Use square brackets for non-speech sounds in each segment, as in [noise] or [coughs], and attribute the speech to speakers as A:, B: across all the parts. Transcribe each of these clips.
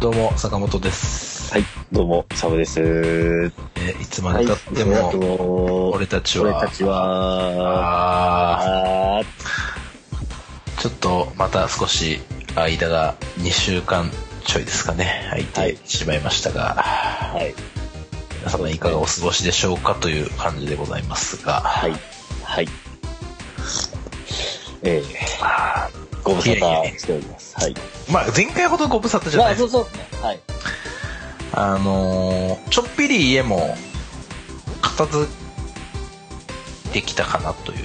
A: どうも、坂本です。
B: はい、どうも、サブです。
A: えーいつまでたっても、
B: も
A: 俺たちは
B: 俺たちは、
A: あ
B: あー
A: ーちょっとまた少し間が2週間ちょいですかね、空いてしまいましたが、
B: はい、
A: 皆様いかがお過ごしでしょうかという感じでございますが、
B: はい、はい。えー、ご無沙
A: いやい
B: 汰
A: や
B: しております。はい。
A: まあ前回ほどご無沙汰じゃ
B: ま
A: ない
B: あ、
A: です
B: そうそう。はい。
A: あのーちょっぴり家も片付いてきたかなという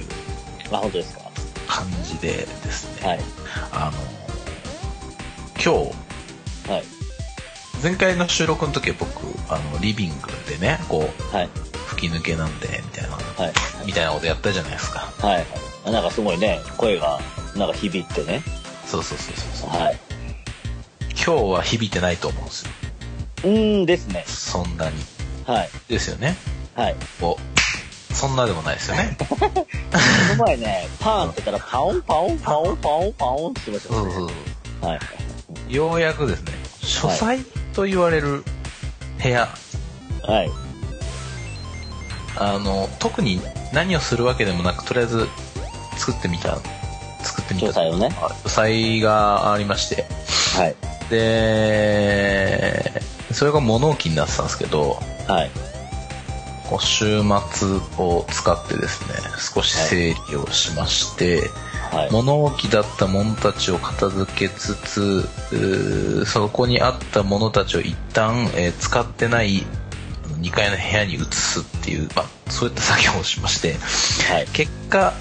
B: まあ、本当ですか。
A: 感じでですね、
B: はい。
A: あのー今日、
B: はい。
A: 前回の収録の時は僕、あの、リビングでね、こう、
B: はい。
A: 吹き抜けなんで、みたいな、
B: はい。
A: みたいなことやったじゃないですか。
B: はい。あなんかすごいね、声が、なんか響いてね。
A: そうそうそうそうそう。
B: はい。
A: 今日は響いてないと思うんですよ。
B: うーんですね。
A: そんなに。
B: はい。
A: ですよね。
B: はい。
A: こう、そんなでもないですよね。
B: この前
A: [laughs]
B: ね、パーンって言ったら、パオンパオンパオンパオンパオンって言ってま
A: そ
B: し
A: うそうそう。
B: た。はい。
A: ようやくですね、書斎と言われる部屋、
B: はい。
A: あの、特に何をするわけでもなく、とりあえず作ってみた、作ってみた。
B: 書斎をね
A: あ。書斎がありまして。
B: はい。
A: で、それが物置になってたんですけど、
B: はい。
A: こう週末を使ってですね、少し整理をしまして、
B: はい。
A: 物置だったものたちを片付けつつ、うーそこにあったものたちを一旦、えー使ってない2階の部屋に移すっていう、まあ、そういった作業をしまして、
B: はい。
A: 結果、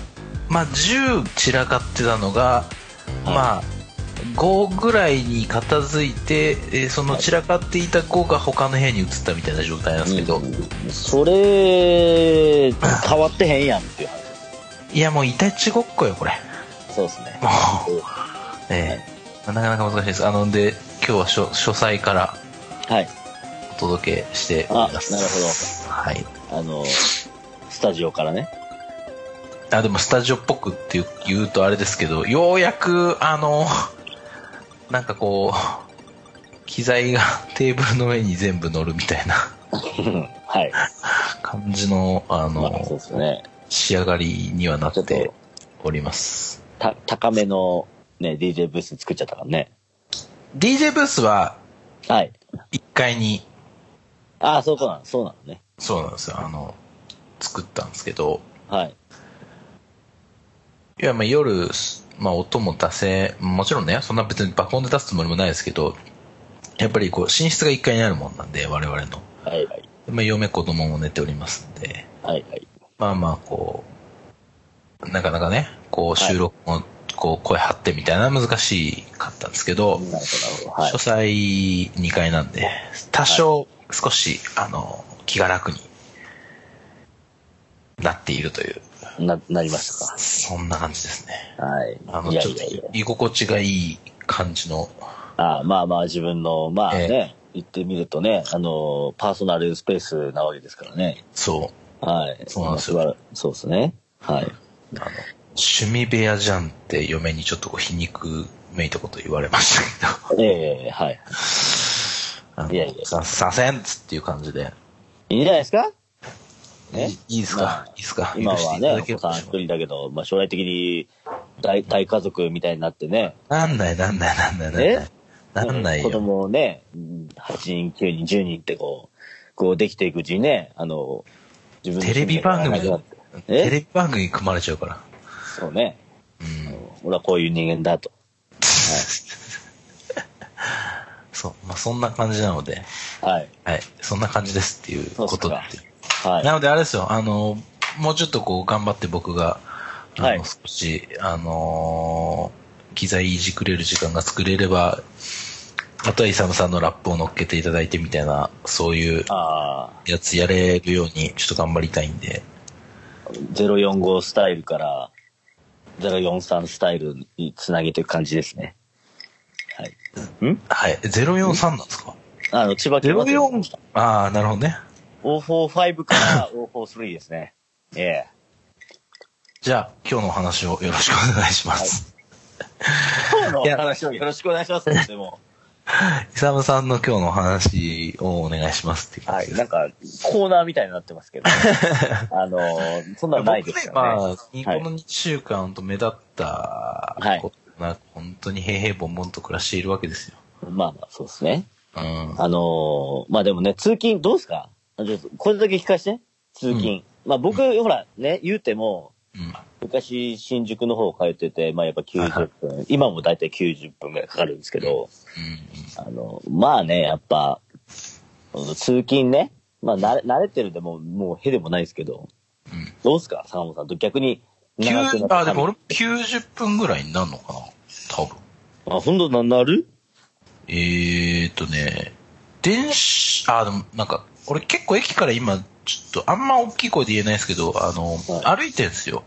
A: まあ、10散らかってたのが、
B: はい
A: まあ5ぐらいに片付いて、えーその散らかっていた5が他の部屋に移ったみたいな状態なんですけど、
B: うんそれ、変わってへんやんっていう話。
A: いやもういたちごっこよこれ
B: そうです
A: [laughs]
B: ね。
A: もう、ねえなかなか難しいですあので今日は書書斎から
B: はい。
A: お届けしておりますなるほどはい
B: あの、スタジオからね。
A: あでもスタジオっぽくっていう言うとあれですけどようやくあのなんかこう機材がテーブルの上に全部乗るみたいな
B: はい。
A: 感じのあ
B: まあ、そう
A: の
B: ですね。
A: 仕上がりにはなっ
B: ちょってと
A: おります
B: た、高めの、ね、DJ ブース作っちゃったからね。
A: DJ ブースは
B: はい。
A: 1階に
B: ああ、そうかな、そうなのね。
A: そうなんですよあの作ったんですけど
B: はい。
A: いや、まあ夜、まあ音も出せ、もちろんね、そんな別に爆音で出すつもりもないですけど、やっぱりこう、寝室が1階にあるもんなんで、我々の。
B: はいはい。
A: まあ嫁、子供も寝ておりますんで、
B: はいはい。
A: まあまあこう、なかなかね、こう
B: はい
A: 収録も、こう声張ってみたいな難しかったんですけど、
B: なるほど、なるほど。はい
A: 書。斎2階なんで、多少少し、あの、気が楽になっているという、
B: な、なりました
A: そんな感じですね。
B: か。はい。
A: あの、
B: いや
A: ちょっ
B: い
A: と
B: やいや。
A: 居心地がいい感じの、
B: ああまあまあ、自分の、まあね、言ってみるとね、あの、パーソナルスペースなわけですからね。
A: そ
B: はい。
A: そうなんですよ
B: まあ素晴らそうですね。はい。
A: う、あの、趣味部屋じゃんって嫁にちょっとこう皮肉めいたこと言われましたけど、
B: ええはい。
A: あの
B: いやいや
A: さ、させんっつっていう感じで、
B: いいんじゃないですか
A: い
B: ね
A: いいですか、
B: まあ
A: いいですか許
B: 今
A: して
B: はい
A: た
B: ね、
A: だけ
B: お子
A: るか
B: さん一人だけど、まあ将来的に大大家族みたいになってね、
A: なんないなんないなんないなんない
B: え。
A: なんない
B: 子
A: よ。
B: 供をね、8人、9人、10人ってこう、こうできていくうちにね、あの、自分の
A: テレビ番組
B: 趣味
A: が
B: がなくなって
A: テレ
B: え
A: ビ番組組まれちゃうから。
B: そうね。
A: うん
B: あの俺はこういう人間だと。
A: そう、まあそんな感じなので、
B: はい。
A: はい、そんな感じですっていうことで。
B: そうっすはい。
A: なのであれですよ、あの、もうちょっとこう頑張って僕が、あの、
B: はい
A: 少し、あのー機材いじくれる時間が作れれば、あとはイサムさんのラップを乗っけていただいてみたいな、そういう
B: ああ、
A: やつやれるようにちょっと頑張りたいんで、
B: 045スタイルから043スタイルにつなげていく感じですね。はい。ん
A: はい、043なんですか
B: あの、千葉県は
A: ?04、ああ、なるほどね。
B: 045から043ですね。 [laughs] ええ。
A: じゃあ、今日のお話をよろしくお願いします。
B: 今日のお話をよろしくお願いします。でも、
A: イサムさんの今日のお話をお願いしますっていう感
B: は
A: じ
B: い。
A: で
B: なん
A: す。
B: か、コーナーみたいになってますけど、
A: [laughs]
B: あのー、そんなのないで
A: 僕
B: す
A: ね、
B: からね。
A: まあ、この2週間、本当目立った
B: はい
A: ことなく、本当に平々凡々と暮らしているわけですよ。
B: まあまあ、そうですね。
A: うん。
B: あのーまあでもね、通勤どうすかあちょっとこれだけ聞かして。通勤。まあ僕、ほら、ね、言うても、
A: うん。
B: 昔新宿の方通ってて、まあやっぱ
A: はいは
B: 90分、今もだいたい90分ぐらいかかるんですけど、
A: う
B: あの、まあね、やっぱ、うん通勤ね、まあ慣れ慣れてるでも、もうへでもないですけど、
A: ん。
B: どうすか坂本さんと逆に
A: うん。
B: 長くな
A: 9
B: っ、た
A: あ、でも俺も90分ぐらいになるのかな多分。
B: あ、ほんとな、なる
A: えーっとね、電子、あ、でもなんか、俺結構駅から今、ちょっとあんま大きい声で言えないですけど、あの、
B: は
A: 歩いてるんですよ。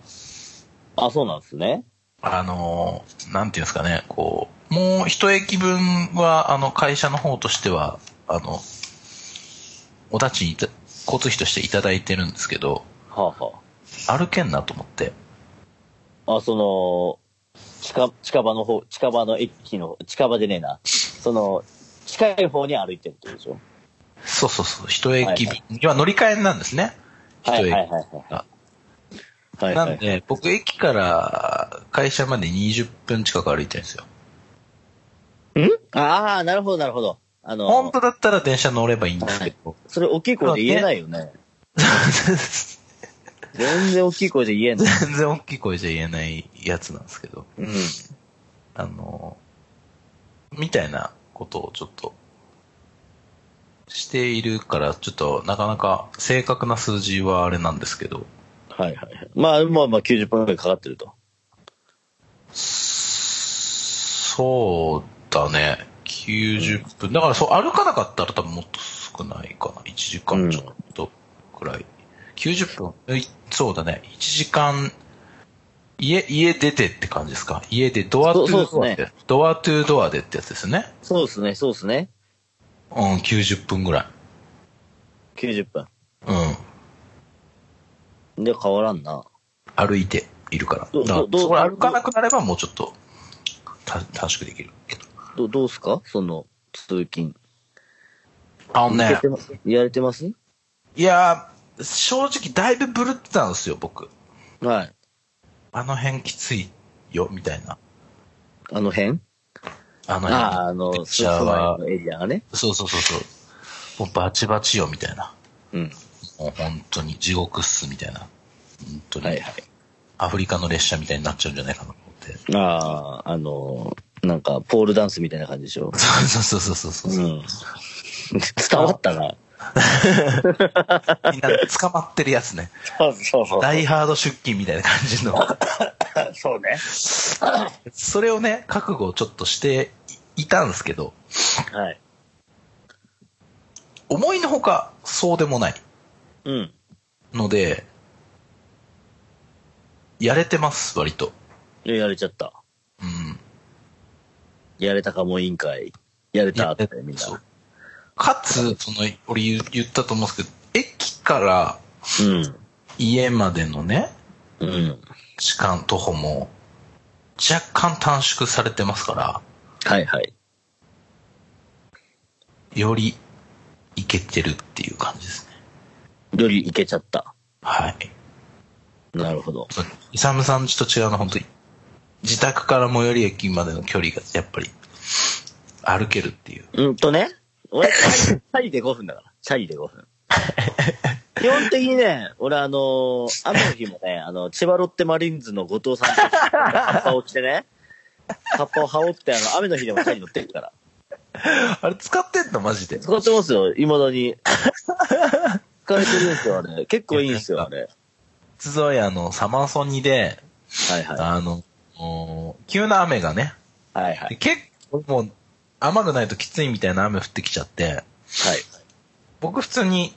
B: あ、そうなんですね。
A: あの、なんていうんですかね、こう、もう一駅分は、あの、会社の方としては、あの、お立ちにいた、交通費としていただいてるんですけど、
B: はあは
A: 歩けんなと思って。
B: あ。あ、その、近、近場の方、近場の駅の、近場でねえな。その、近い方に歩いてるってことでしょ
A: そうそうそう、一駅分、要は乗り換えなんですね。一
B: はい
A: 駅
B: はいはいはい
A: あ
B: はい。
A: な
B: はいは
A: ん
B: い。
A: で、僕駅から会社まで20分近く歩いてるんですよ。
B: ああ、なるほどなるほど。あの、
A: [laughs] 本当だったら電車乗ればいいんですけど。
B: それ大きい声で言えないよね。全然大きい声で言えない。
A: 全然大きい声じゃ言えないやつなんですけど。
B: うん。
A: あの、みたいなことをちょっと、しているから、ちょっとなかなか正確な数字はあれなんですけど。
B: はいはいはい。まあまあまあ90分くらいかかってると。
A: そうだね。90分。だからそう、歩かなかったら多分もっと少ないかな。1時間ちょっとくらい。90分。えいそうだね。1時間、家、家出てって感じですか家でドアトゥードアで、
B: そう
A: ドアトゥードアでってやつですね。
B: そうですね、そうですね。
A: うん、90分ぐらい。
B: 90分。
A: うん。
B: で変わらんな。
A: 歩いているから。
B: ど
A: だから
B: ど
A: そこ
B: ど
A: 歩かなくなればもうちょっと、た短縮できるけど。
B: どどうすかその、通勤。
A: あの
B: い
A: ね
B: けて、ますやれてます
A: いやー、正直だいぶブルってたんですよ、僕。
B: はい。
A: あの辺きついよ、みたいな。
B: あの辺
A: あの辺。
B: ああ、あ
A: ピ
B: の、
A: ッチ
B: 住
A: ャー
B: ま、
A: はい
B: のエリアがね。
A: そうそうそうそう。もうバチバチよ、みたいな。
B: うん。
A: もう本当に地獄っす、みたいな。本当に。
B: はいはい。
A: アフリカの列車みたいになっちゃうんじゃないかなと思って。
B: ああ、あの、なんか、ポールダンスみたいな感じでしょ。
A: そうそうそうそうそうう。
B: ん
A: みん。
B: [laughs] 伝わったな。
A: な捕まってるや
B: [laughs]
A: つね。
B: そうそうそう。
A: ダイハード出勤みたいな感じの。
B: [laughs] そうね。
A: それをね、覚悟をちょっとしていいたんですけど、
B: はい。
A: 思いのほかそうでもない
B: うん。
A: ので、やれてます、割と。
B: でやれちゃった。
A: うん。
B: やれたかも委員会。やれたって、みんな。
A: そうかつ、その、俺言う言ったと思うんですけど、駅から
B: うん。
A: 家までのね、
B: うん。
A: 時間、徒歩も、若干短縮されてますから、
B: はいはい。
A: より、いけてるっていう感じですね。
B: よりいけちゃった。
A: はい。
B: なるほど。
A: そうイサムさんちと違うのは本当に、自宅から最寄り駅までの距離が、やっぱり、歩けるっていう。
B: うんとね、俺、チャリチャリで5分だから。チャリで5分。基本的にね、俺あのー雨の日もね、あの、千葉ロッテマリーンズの後藤さんとカッパを着てね、カッパを羽織って、あの、雨の日でもチャリ乗ってるから。
A: [laughs] あれ使ってんのマジで。
B: 使ってますよ、未だに。使えてるんですよ、あれ。結構いいんですよ、あれ。
A: つぞやのサマーソニーで、
B: はいはい。
A: あの、お急な雨がね、
B: はいは
A: で
B: い。
A: 結構もう甘くないときついみたいな雨降ってきちゃって、
B: はい。
A: 僕普通に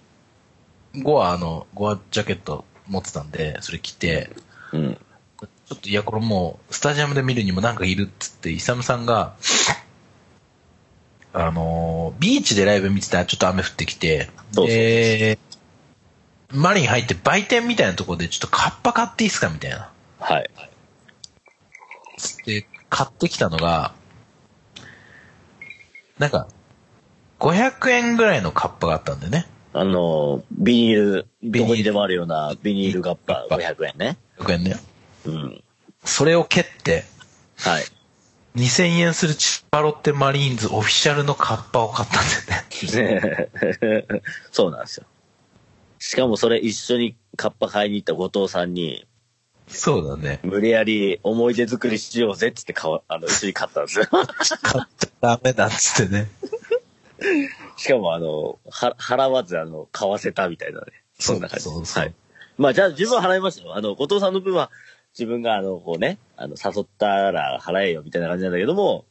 A: ゴアの、ゴアジャケット持ってたんで、それ着て、
B: うん。
A: ちょっといやこれもうスタジアムで見るにもなんかいるっつって、イサムさんが、あのービーチでライブ見てたらちょっと雨降ってきて、
B: そうそうそう
A: で、マリン入って売店みたいなところでちょっとカッパ買っていいっすかみたいな。
B: はい。
A: で、買ってきたのが、なんか、500円ぐらいのカッパがあったんだよね。
B: あの、ビニール、
A: ニール
B: どこにでもあるようなビニールガッパ
A: ガッ
B: 500円ね。
A: 500円ね。
B: うん。
A: それを蹴って、
B: はい。 [laughs]
A: 2000円する千葉ロッテマリーンズオフィシャルのカッパを買ったんだよね。
B: ねえそうなんですよ。しかもそれ一緒にカッパ買いに行った後藤さんに、
A: そうだね。
B: 無理やり思い出作りしようぜっつって買わ、あの、一緒に買ったんですよ。
A: 買っちゃダメだっつってね。
B: しかもあの、は、払わずあの、買わせたみたいなね。そんな感じ。
A: そうそう
B: はい。まあじゃあ自分は払いましたよ。あの、後藤さんの分は自分があの、こうね、あの、誘ったら払えよみたいな感じなんだけども、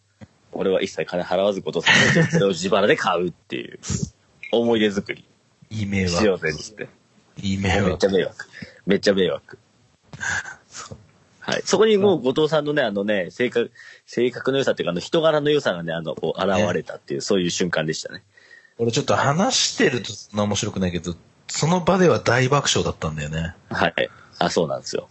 B: 俺は一切金払わず後藤さんのそれを自腹で買うっていう、思い出作り
A: いい迷
B: しよう
A: 惑。
B: ぜっつって。
A: いい迷
B: めっちゃ
A: 惑。
B: 迷惑。めっちゃ迷惑。はい。そこにもう後藤さんのね、あのね、性格、性格の良さっていうか、あの人柄の良さがね、あの、こう、現れたっていう、そういう瞬間でしたね。
A: 俺ちょっと話してるとそんな面白くないけど、その場では大爆笑だったんだよね。
B: はい。あ、そうなんですよ。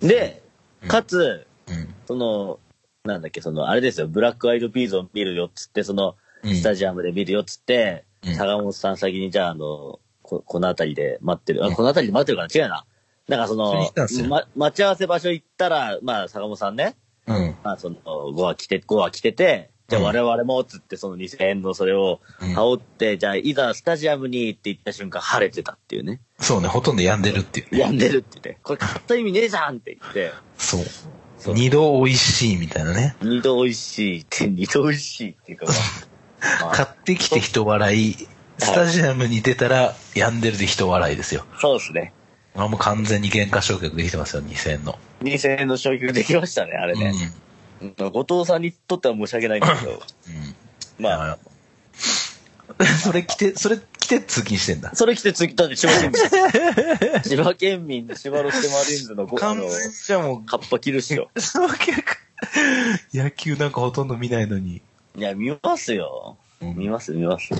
B: で、かつ、
A: うん。
B: その、なんだっけ、その、あれですよ、ブラックアイドピーズを見るよっつって、その、
A: うん
B: スタジアムで見るよっつって、
A: うん
B: 坂本さん先に、じゃあ、あの、こ、この辺りで待ってる。あ、この辺りで待ってるかな違うな。なんかそ
A: それに
B: の
A: 行ったんですよ、
B: ま、待ち合わせ場所行ったら、まあ、坂本さんね、
A: うん。
B: まあ、その、5は来て、5は来てて、じゃあ
A: うん
B: 我々も、つって、その2000円のそれを
A: うん
B: 羽織って、じゃあいざスタジアムにって言った瞬間晴れてたっていうね。
A: そうね、ほとんど病んでるっていうね。
B: 病んでるって言って、これ買った意味ねえじゃんって言って、
A: そう。
B: そう
A: 二度美味しいみたいなね。
B: 二度美味しいって、二度美味しいっ
A: [laughs]
B: ていうか、まあ
A: 買ってきて人笑い、スタジアムに出たら病んでるで人笑いですよ。
B: まあそうですね。
A: あもう完全に原価償却できてますよ、2000の。
B: 2000円の消却できましたね、あれ
A: うん。
B: ね。まあ後藤さんにとっては申し訳ないんだけど、
A: うん。
B: まあ、
A: あ。 [laughs] それ来て、それ来て通勤してんだ。
B: それ来て次、だって千葉県民。
A: [laughs]
B: 千葉県民、千葉ロッテマリーンズのご、あ
A: 完
B: の
A: 全、にじゃあも
B: カッパ着るっしょ。
A: う、 [laughs] 償却。野球なんかほとんど見ないのに。
B: いや、見ますよ。
A: うん
B: 見ます、見ます。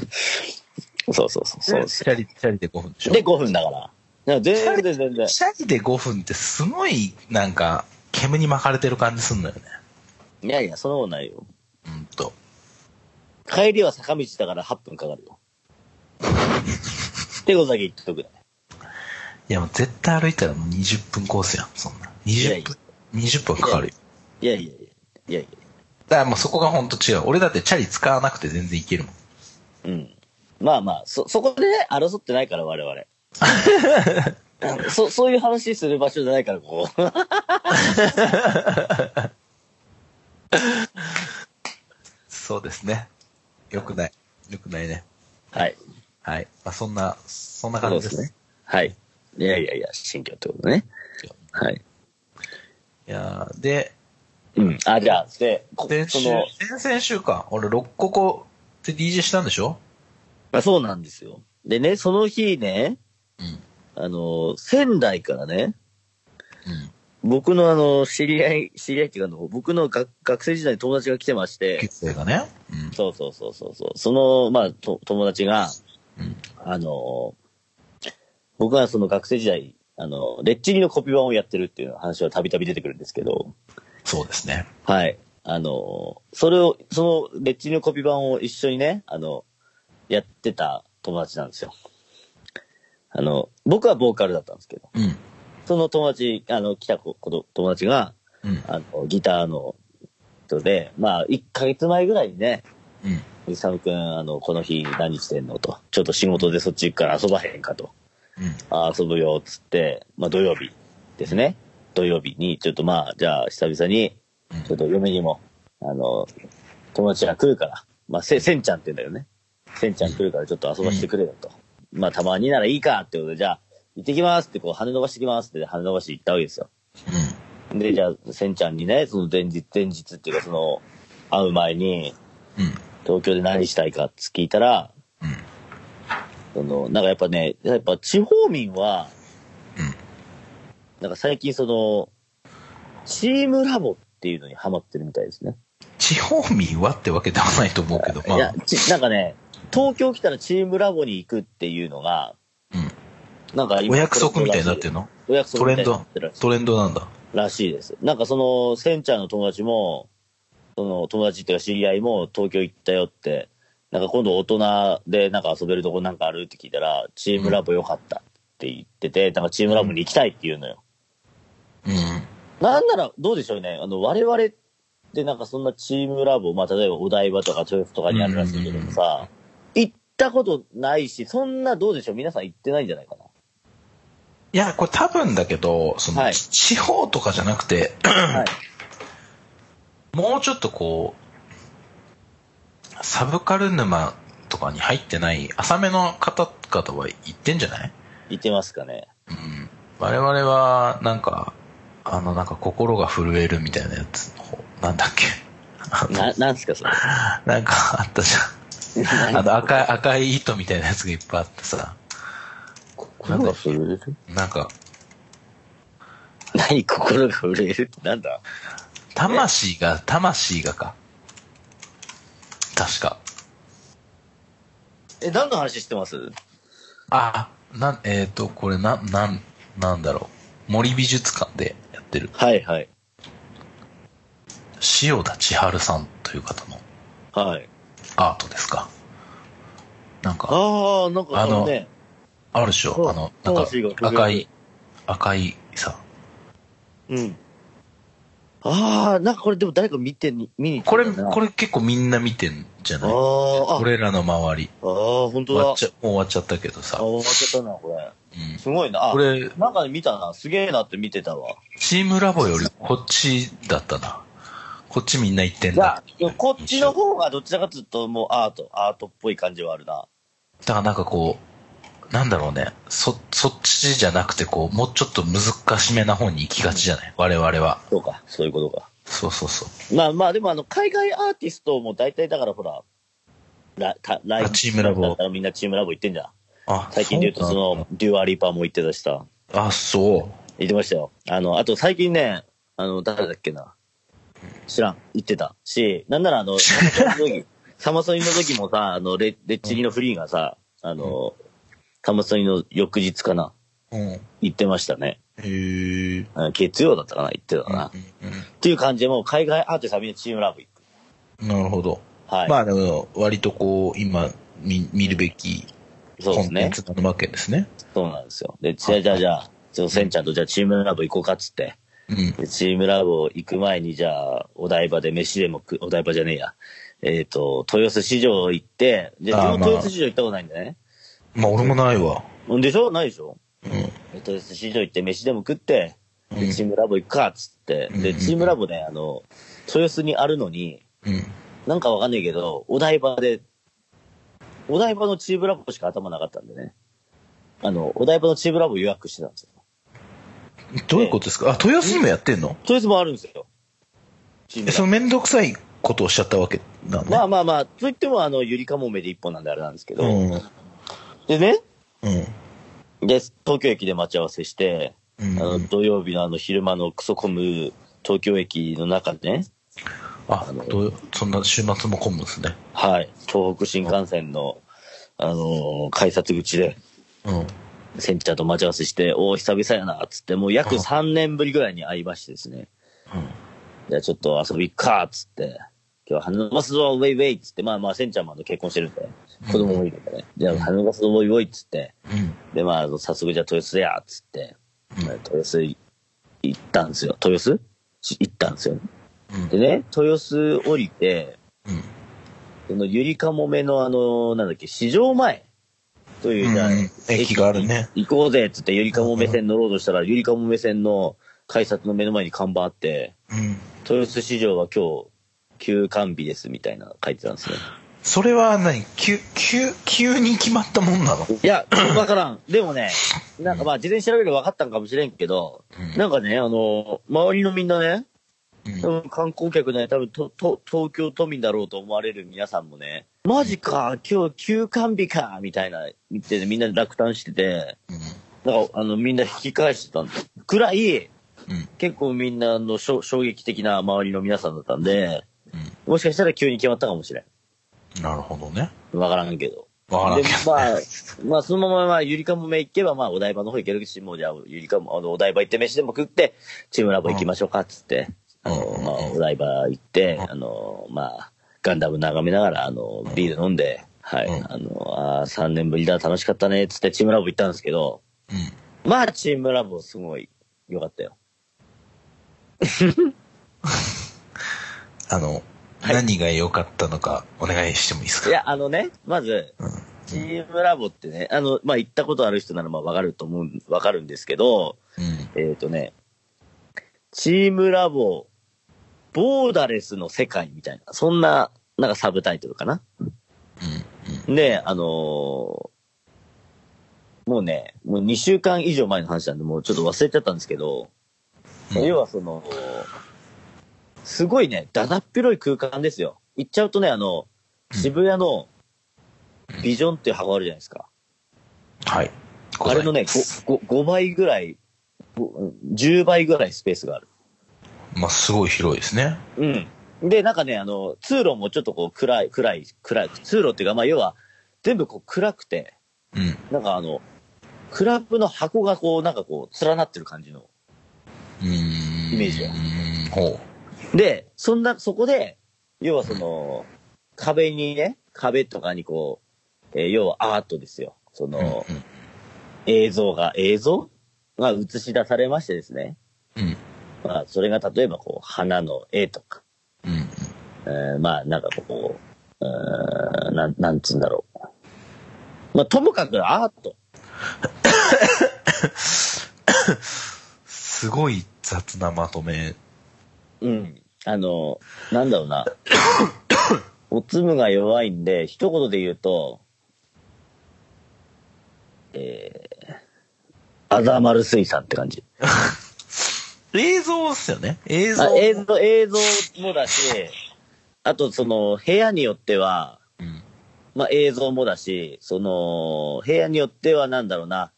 B: そうそうそう。そうです
A: チャリ、チャリで5分でしょ。
B: で、5分だから。いや全然全然。
A: チャリで5分ってすごい、なんか、煙に巻かれてる感じすんのよね。
B: いやいや、そんなことないよ。
A: うんと。
B: 帰りは坂道だから8分かかるよ。ってことだけ言っとくね。
A: いや、もう絶対歩いたらもう20分コースやん、そんな。
B: いやい
A: 20
B: や
A: 分、20分かかるよ。
B: いやいやいや。いやい
A: だからもうそこがほんと違う。俺だってチャリ使わなくて全然いけるもん。
B: や。うん。まあまあ、そ、そこでね、争ってないから、 [laughs] 我々。そ、そういう話する場所じゃないから、ここ。
A: そうですね。よくない。よくないね。
B: [laughs] はい。
A: はい。まあ、そんな、そんな
B: そ
A: 感
B: う
A: じです
B: です
A: ね
B: ね。。はい。いやいやいや、新居ってことね。はい。
A: いやーで、
B: うん。あ、じゃあ、で、こ
A: 先
B: そ
A: 週、
B: の、
A: 先々週か。俺、六個こって DJ したんでしょ
B: まあ、そうなんですよ。でね、その日ね、
A: うん。
B: あの、仙台からね、
A: うん。
B: 僕のあの、知り合い、知り合いっていうかあの、僕の学学生時代の友達が来てまして、
A: 結成がね。うん。
B: そうそうそうそうそう。その、まあ、と友達が、
A: うん
B: あの、僕はその学生時代、あの、レッチリのコピー版をやってるっていう話はたびたび出てくるんですけど、
A: そうですね。
B: はい。あの、それを、そのレッチリのコピー版を一緒にね、あの、やってた友達なんですよ。あの、僕はボーカルだったんですけど、
A: うん。
B: その友達、あの、来た子、子友達が、
A: うん。
B: あの、ギターの人で、まあ、1ヶ月前ぐらいにね、
A: うん。
B: イサム君、あの、この日何してんのと。ちょっと仕事でそっち行くから遊ばへんかと。
A: うん。
B: あ遊ぶよ、つって、まあ土曜日ですね。土曜日に、ちょっとまあ、じゃあ久々に、ちょっと嫁にも、あの、友達が来るから、まあ、せ、せんちゃんって言うんだよね。せんちゃん来るからちょっと遊ばしてくれよと。まあ、たまにならいいかってことで、じゃあ、行ってきますってこう、跳ね伸ばしてきますって跳ね伸ばして行ったわけですよ。で、じゃあ、せんちゃんにね、その前日、前日っていうかその、会う前に、
A: うん。うん。
B: 東京で何したいかって聞いたら、
A: うん。
B: その、なんかやっぱね、やっぱ地方民は、
A: うん
B: なんか最近その、チームラボっていうのにハマってるみたいですね。
A: 地方民はってわけではないと思うけど、ま
B: い
A: あ
B: や、、ちなんかね、東京来たらチームラボに行くっていうのが、
A: うん。
B: なんか今
A: お約束みたいになってるの
B: お約束
A: ト
B: み
A: レ
B: た
A: ン
B: いになっ
A: ド
B: てるらし、い
A: トレンドなんだ。
B: らしいです。なんかその、センちゃんの友達も、その友達っていうか知り合いも東京行ったよって、なんか今度大人でなんか遊べるとこなんかあるって聞いたら、チームラボ良かったって言ってて、なんかチームラボに行きたいって言うのよ。
A: うん。
B: なんならどうでしょうね。あの、我々ってなんかそんなチームラボ、まあ例えばお台場とか豊洲とかにあるらしいけどもさ、行ったことないし、そんなどうでしょう皆さん行ってないんじゃないかな。
A: いや、これ多分だけど、その、
B: はい
A: 地方とかじゃなくて、
B: はい。
A: もうちょっとこう、サブカル沼とかに入ってない浅めの方々は行ってんじゃない
B: 行ってますか [laughs] ね。
A: うん。我々は、なんか、あの、なんか心が震えるみたいなやつの方、なんだっけ。 [laughs] あの
B: な、なんすかそれ。
A: なんかあったじゃん。あの赤い、赤い糸みたいなやつがいっぱいあってさ、
B: 心が震える
A: なんか、
B: 何心が震えるってなんだ
A: 魂が、魂がか。確か。
B: え、何の話してます
A: あ、なん、えっ、と、これな、なん、なんだろう。森美術館でやってる、
B: はいはい。
A: 塩田千春さんという方の
B: はい。
A: アートですか。なんか、
B: ああ、なんか
A: あの
B: ね、
A: あるでし
B: そう
A: ょあの、なんか
B: 魂が震え、る
A: 赤い、赤いさ。
B: うん。ああ、なんかこれでも誰か見てに、見に
A: これ、こ
B: れ、
A: れ結構みんな見てんじゃ
B: あ
A: ない
B: あ、ああ
A: 俺らの周り。
B: ー、本
A: 終
B: 当だ。
A: わ
B: あ
A: っちゃ、もう終わっちゃったけどさ。
B: 終わっちゃったな、これ。
A: うん。
B: すごいな。あ
A: これ、
B: なんかで見たな。すげえなって見てたわ。
A: チームラボよりこっちだったな。こっちみんな行ってん
B: じゃ
A: だ
B: あ。、こっちの方がどちらかというと、もうアート、アートっぽい感じはあるな。
A: だからなんかこう、なんだろうね。そ、そっちじゃなくてこう、もうちょっと難しめな方に行きがちじゃない我々は。
B: そうか、そういうことか。
A: そうそうそう。
B: まあまあ、でもあの、海外アーティストも大体だからほら、ラたライブ
A: あチームラボ
B: だったらみんなチームラボ行ってんじゃん。
A: あ、
B: 最近で言うと、その、デュアリーパーも行ってたしさ。
A: うなんだ。あ、そう。
B: 言ってましたよ。あの、あと最近ね、あの、誰だっけな。知らん。言ってた。し、なんならあの、サマソ
A: [laughs]
B: ニの時、サマソニの時もさ、あの、レレッチリのフリーがさ、あの、サマソニの翌日かな。
A: うん。へ
B: 言ってましたね。
A: え。
B: あの月曜だったかな言ってた
A: うん
B: な。っていう感じで、もう海外アーティストはみんなチームラブ行
A: う
B: く。
A: んなるほど。
B: はい。
A: まあでも、割とこう、今、見、見るべき
B: そうで
A: コ
B: す
A: ンテン
B: ね。
A: ツなわけですね。
B: そうなんですよ。で、じゃあじゃあじゃあ、ちょせんちゃんとじゃあチームラブ行こうかっつって。
A: うん。
B: でチームラボ行く前に、じゃあ、お台場で飯でも食、お台場じゃねえや。えっ、と、豊洲市場行って、で、自
A: あー
B: 分
A: まあ
B: 豊洲市場行ったことないんだね。
A: まあ俺もないわ。
B: うんでしょないでしょ
A: うん。
B: 豊洲市場行って飯でも食って、
A: う
B: で
A: ん
B: チームラボ行くか、っつって。
A: う
B: で、
A: ん
B: チームラボね、あの、豊洲にあるのに、
A: うん。
B: なんかわかんないけど、お台場で、お台場のチームラボしか頭なかったんでね。あの、お台場のチームラボ予約してたんですよ。
A: どういうことですかあ、豊洲にもやってんの
B: 豊洲もあるんですよ。チーム
A: え
B: ラ
A: そ
B: ボ
A: のめんどくさいことをしちゃったわけなのね。
B: まあまあまあ、といっても、あの、ゆりかもめで一本なんであれなんですけど、
A: うん。
B: でね、
A: うん。
B: で、東京駅で待ち合わせして、
A: うん
B: あの、土曜日のあの、昼間のクソ混む東京駅の中でね、
A: あ、どうそんな週末も混むんですね。
B: はい、東北新幹線の、あのー改札口で、
A: うん。
B: センチャーと待ち合わせして、おお、久々やな、つって、もう約
A: うん
B: 3年ぶりぐらいに会いましてですね、じゃあちょっと遊び行くか、つって、今日は花ますぞ、ウェイウェイ、つって、まあまあ、センチャーもあの結婚してるんで、子供もいるんでね、じゃあ花ますぞ、ウェイウェイ、つって、
A: うん。
B: で、まあ、あの早速じゃあ豊洲や、つって、
A: うん
B: 豊洲行ったんですよ。豊洲し行ったんですよ。
A: うん。
B: でね、豊洲降りて、
A: うん。
B: そのゆりかもめのあの、なんだっけ、市場前という、じゃあ
A: うんうん駅があるね
B: 行こうぜっつってゆりかもめ線乗ろうとしたら、ゆりかもめ線の改札の目の前に看板あって、
A: うん。
B: 豊洲市場は今日、休館日ですみたいなの書いてたんですよ。
A: それは何急、急、急に決まったもんなの
B: [laughs] いや、わからん。でもね、なんかまあ、事前に調べれば分かったんかもしれんけど、
A: うん
B: なんかね、あの、周りのみんなね、
A: うん
B: 多分観光客ね、多分とと東京都民だろうと思われる皆さんもね、マジか、今日休館日か、みたいな、言ってねみんな落胆してて、なんかあのみんな引き返してたんだくらい、
A: うん。
B: 結構みんなあのしょ衝撃的な周りの皆さんだったんで、
A: う
B: もしかしたら急に決まったかもしれ
A: ん。なるほどね。
B: ん。わからんけど。
A: わからん
B: で
A: けど。
B: まあ、まあ、そのまま、まあ、ゆりかもめ行けば、まあ、お台場の方行けるし、もう、じゃあ、ゆりかも、あの、お台場行って飯でも食って、チームラボ行きましょうか、つって、あの、
A: うん
B: まあ、お台場行って
A: う、ん
B: あの、まあ、ガンダム眺めながら、あの、ビール飲んで、はい。
A: うん
B: あの、あ3年ぶりだ、楽しかったね、つってチームラボ行ったんですけど、
A: うん。
B: まあ、チームラボすごい良かったよ。
A: あの、
B: はい
A: 何が良かったのかお願いしてもいいですか
B: いや、あのね、まず、
A: うん。
B: チームラボってね、あの、まあ、行ったことある人ならまあ、わかると思うん、わかるんですけど、
A: うん。
B: えっ、とね、チームラボ、ボーダレスの世界みたいな、そんな、なんかサブタイトルかな。
A: うん。
B: で、あのーもうね、もう2週間以上前の話なんで、もうちょっと忘れちゃったんですけど、
A: うん。
B: 要はその、すごいね、だだっ広い空間ですよ。行っちゃうとね、あの、渋谷のビジョンっていう箱あるじゃないですか。
A: はい。
B: あれのね
A: ございます
B: 5、ごご倍ぐらい、ご10倍ぐらいスペースがある。
A: まあ、すごい広いですね。
B: うん。で、なんかね、あの、通路もちょっとこう暗い、暗い、暗い、通路っていうか、まあ要は、全部こう暗くて、
A: うん。
B: なんかあの、クラブの箱がこう、なんかこう、連なってる感じの。
A: うーん。
B: イメージ
A: う
B: は
A: ーん。ほ。
B: で、そんな、そこで、要はその、壁にね、壁とかにこう、えー要はアートですよ。そうの、映像が、映像が映し出されましてですね。
A: うん。うん。
B: まあ、それが例えばこう、花の絵とか、
A: うん。
B: えーまあ、なんかこう、うーんなん、なんつうんだろう。まあ、ともかくアート。
A: すごい雑なまとめ。
B: うん。あの、なんだろうな。おつむが弱いんで、一言で言うと、えー、あざまる水産って感じ。
A: 映像ですよね。映像。
B: あ映像、映像もだし、あとその、部屋によっては、
A: うん。
B: まあ映像もだし、その、部屋によってはなんだろうな、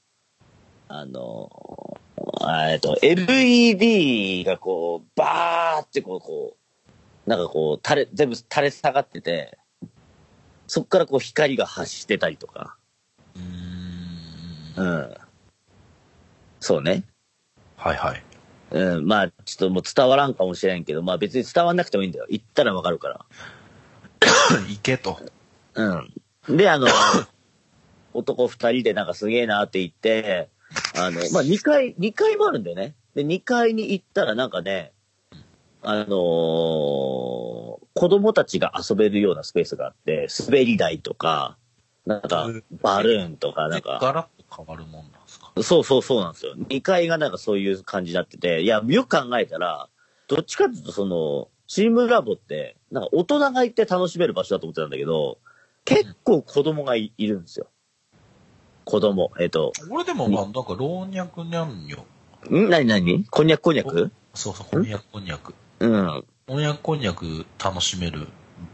B: あの、あえっと、LED がこう、バーってこう、こう、なんかこう、垂れ、全部垂れ下がってて、そっからこう光が発してたりとか、
A: うーん
B: うん。そうね。
A: はいはい。
B: うん、まあ、ちょっともう伝わらんかもしれんけど、まあ別に伝わんなくてもいいんだよ。言ったらわかるから。
A: [coughs] 行けと。
B: うん。で、あの、 [coughs] 男二人でなんかすげえなって言って、あの、まあ、二階、二階もあるんだよね。で、二階に行ったらなんかね、あのー子供たちが遊べるようなスペースがあって、滑り台とか、なんか、バルーンとか、なん
A: で
B: か、
A: ガラッと変わるもんなんですか。
B: そうそうそうなんですよ。二階がなんかそういう感じになってて、いや、よく考えたら、どっちかっていうとその、チームラボって、なんか大人が行って楽しめる場所だと思ってたんだけど、結構子供がいいるんですよ。子供。えっ、と、
A: 俺でもまあ、なんか老若にゃんにょ。
B: ん何何こんにゃくこんにゃく
A: そうそう、こんにゃくこんにゃく。
B: うん。
A: こんにゃくこんにゃく楽しめる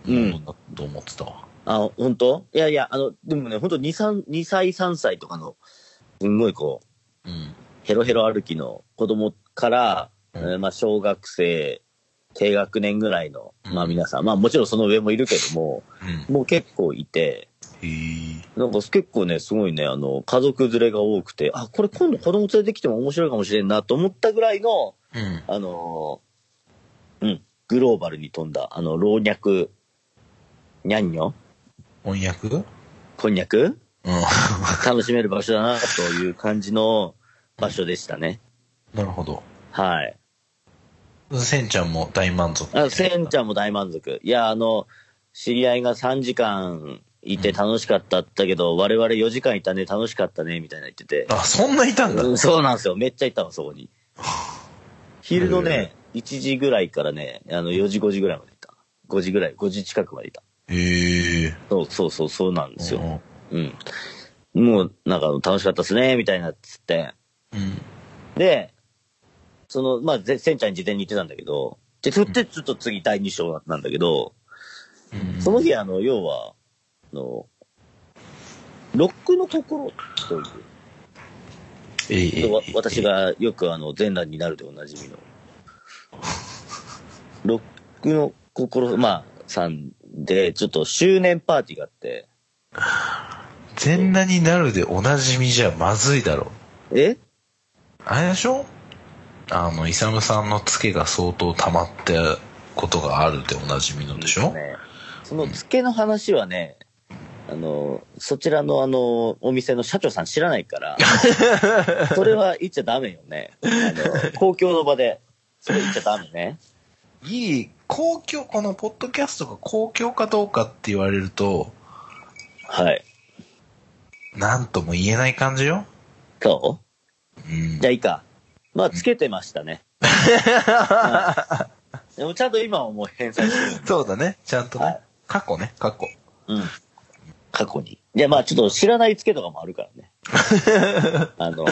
A: ものだと思ってたわ。
B: あ、本当？いやいや、あの、でもね、本当二三2歳、3歳とかの、すんごいこう、
A: うん。
B: ヘロヘロ歩きの子供から、
A: うん
B: えーまあ、小学生、低学年ぐらいの、まあ
A: うん
B: 皆さん、まあもちろんその上もいるけども、
A: うん。
B: もう結構いて、
A: へー
B: なんか結構ね、すごいね、あの、家族連れが多くて、あ、これ今度子供連れてきても面白いかもしれんなと思ったぐらいの、
A: うん。
B: あのーうん、グローバルに飛んだ、あの、老若、にゃんにょ
A: こんにゃくうん。 [laughs]
B: こんにゃく楽しめる場所だな、という感じの場所でしたね。
A: なるほど。
B: はい。
A: せんちゃんも大満足。
B: あせんちゃんも大満足。いや、あの、知り合いが3時間いて楽しかったったけど、我々4時間いたね、楽しかったね、みたいな言ってて。
A: あ、そんないたんだ。
B: うんそうなんですよ。めっちゃいたわ、そこに。昼のね、1時ぐらいからね、あの、4時、5時ぐらいまでいた。5時ぐらい、5時近くまでいた。
A: へえ。
B: そうそうそう、そうなんですよ。
A: う
B: うん。もう、なんか、楽しかったっすね、みたいなっつって。
A: ん。
B: で、その、まあ、ぜせんちゃんに事前に言ってたんだけど、で、そって、ちょっと次第2章なんだけど、
A: うん
B: その日、あの、要は、あの、ロックのところという
A: ええええ
B: わ私。がよくあの、全裸になるでおなじみの、ロックの心、まあ、さんで、ちょっと周年パーティーがあって、
A: 全裸になるでおなじみじゃまずいだろ。
B: え
A: あれでしょあの、イサムさんのツケが相当溜まってことがあるでおなじみのでしょ
B: ね、その付けの話はね、あの、そちらのあの、お店の社長さん知らない
A: [laughs]
B: から、それは言っちゃダメよね。あの、公共の場で、それ言っちゃダメね。
A: いい、公共、このポッドキャストが公共かどうかって言われると、
B: はい。
A: なんとも言えない感じよ。
B: そ
A: う
B: う
A: ん
B: じゃ。あいいか。まあ、つけてましたね。うんでもちゃんと今はもう返済してる。
A: そうだね。ちゃんとね。
B: はい
A: 過去ね、過去。
B: うん。過去に。で、まあちょっと知らないつけとかもあるからね。あの、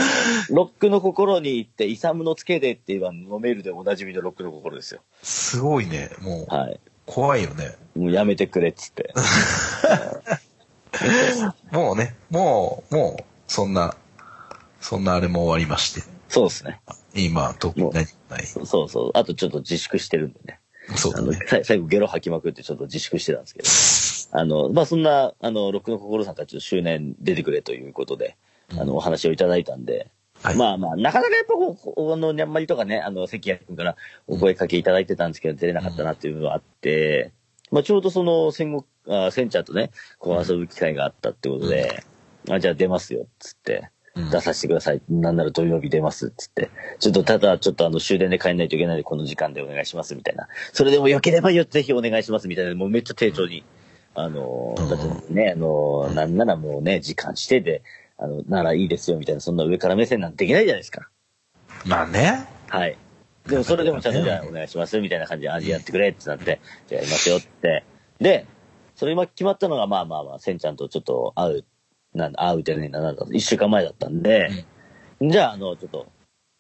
B: ロックの心に行って、イサムのつけでって言えば、のメールでおなじみのロックの心ですよ。
A: すごいね。もう、
B: はい。
A: 怖いよね。
B: もうやめてくれっつって。
A: もうね、もう、もう、そんな、そんなあれも終わりまして。
B: そうですね。
A: 今、特に何もない。
B: そうそう。あとちょっと自粛してるんでね。
A: そう
B: あ
A: だ
B: の、
A: ね。
B: さ最後ゲロ吐きまくってちょっと自粛してたんですけど。あの、まあ、そんな、あの、ロックの心さんからちょっと周年出てくれということで、あの、お話をいただいたんで、
A: はい
B: まあまあ、なかなかやっぱこうこう、あの、にゃんまりとかね、あの、関谷君からお声かけいただいてたんですけど、出れなかったなっていうのがあって、まあ、ちょうどその、戦後、あ、センちゃんとね、こう遊ぶ機会があったってことで、あ、じゃあ出ますよ、っつって。
A: うん
B: 出させてください。なんなら土曜日出ますっつって。ちょっとただ、ちょっとあの終電で帰んないといけないんで、この時間でお願いしますみたいな。それでも良ければよ、ぜひお願いしますみたいな。もうめっちゃ丁重に。あのー、だってね、あのー、なんならもうね、時間してで、あの、ならいいですよみたいな、そんな上から目線なんてできないじゃないですか。
A: まあね。
B: はい。でもそれでもちゃんとじゃあお願いしますみたいな感じで、あ、やってくれってなって、じゃあやりますよって。で、それ今決まったのが、まあまあまあ、せんちゃんとちょっと会う、なん会うじゃねえな、なんだ、一週間前だったんで、じゃあ、あの、ちょっと、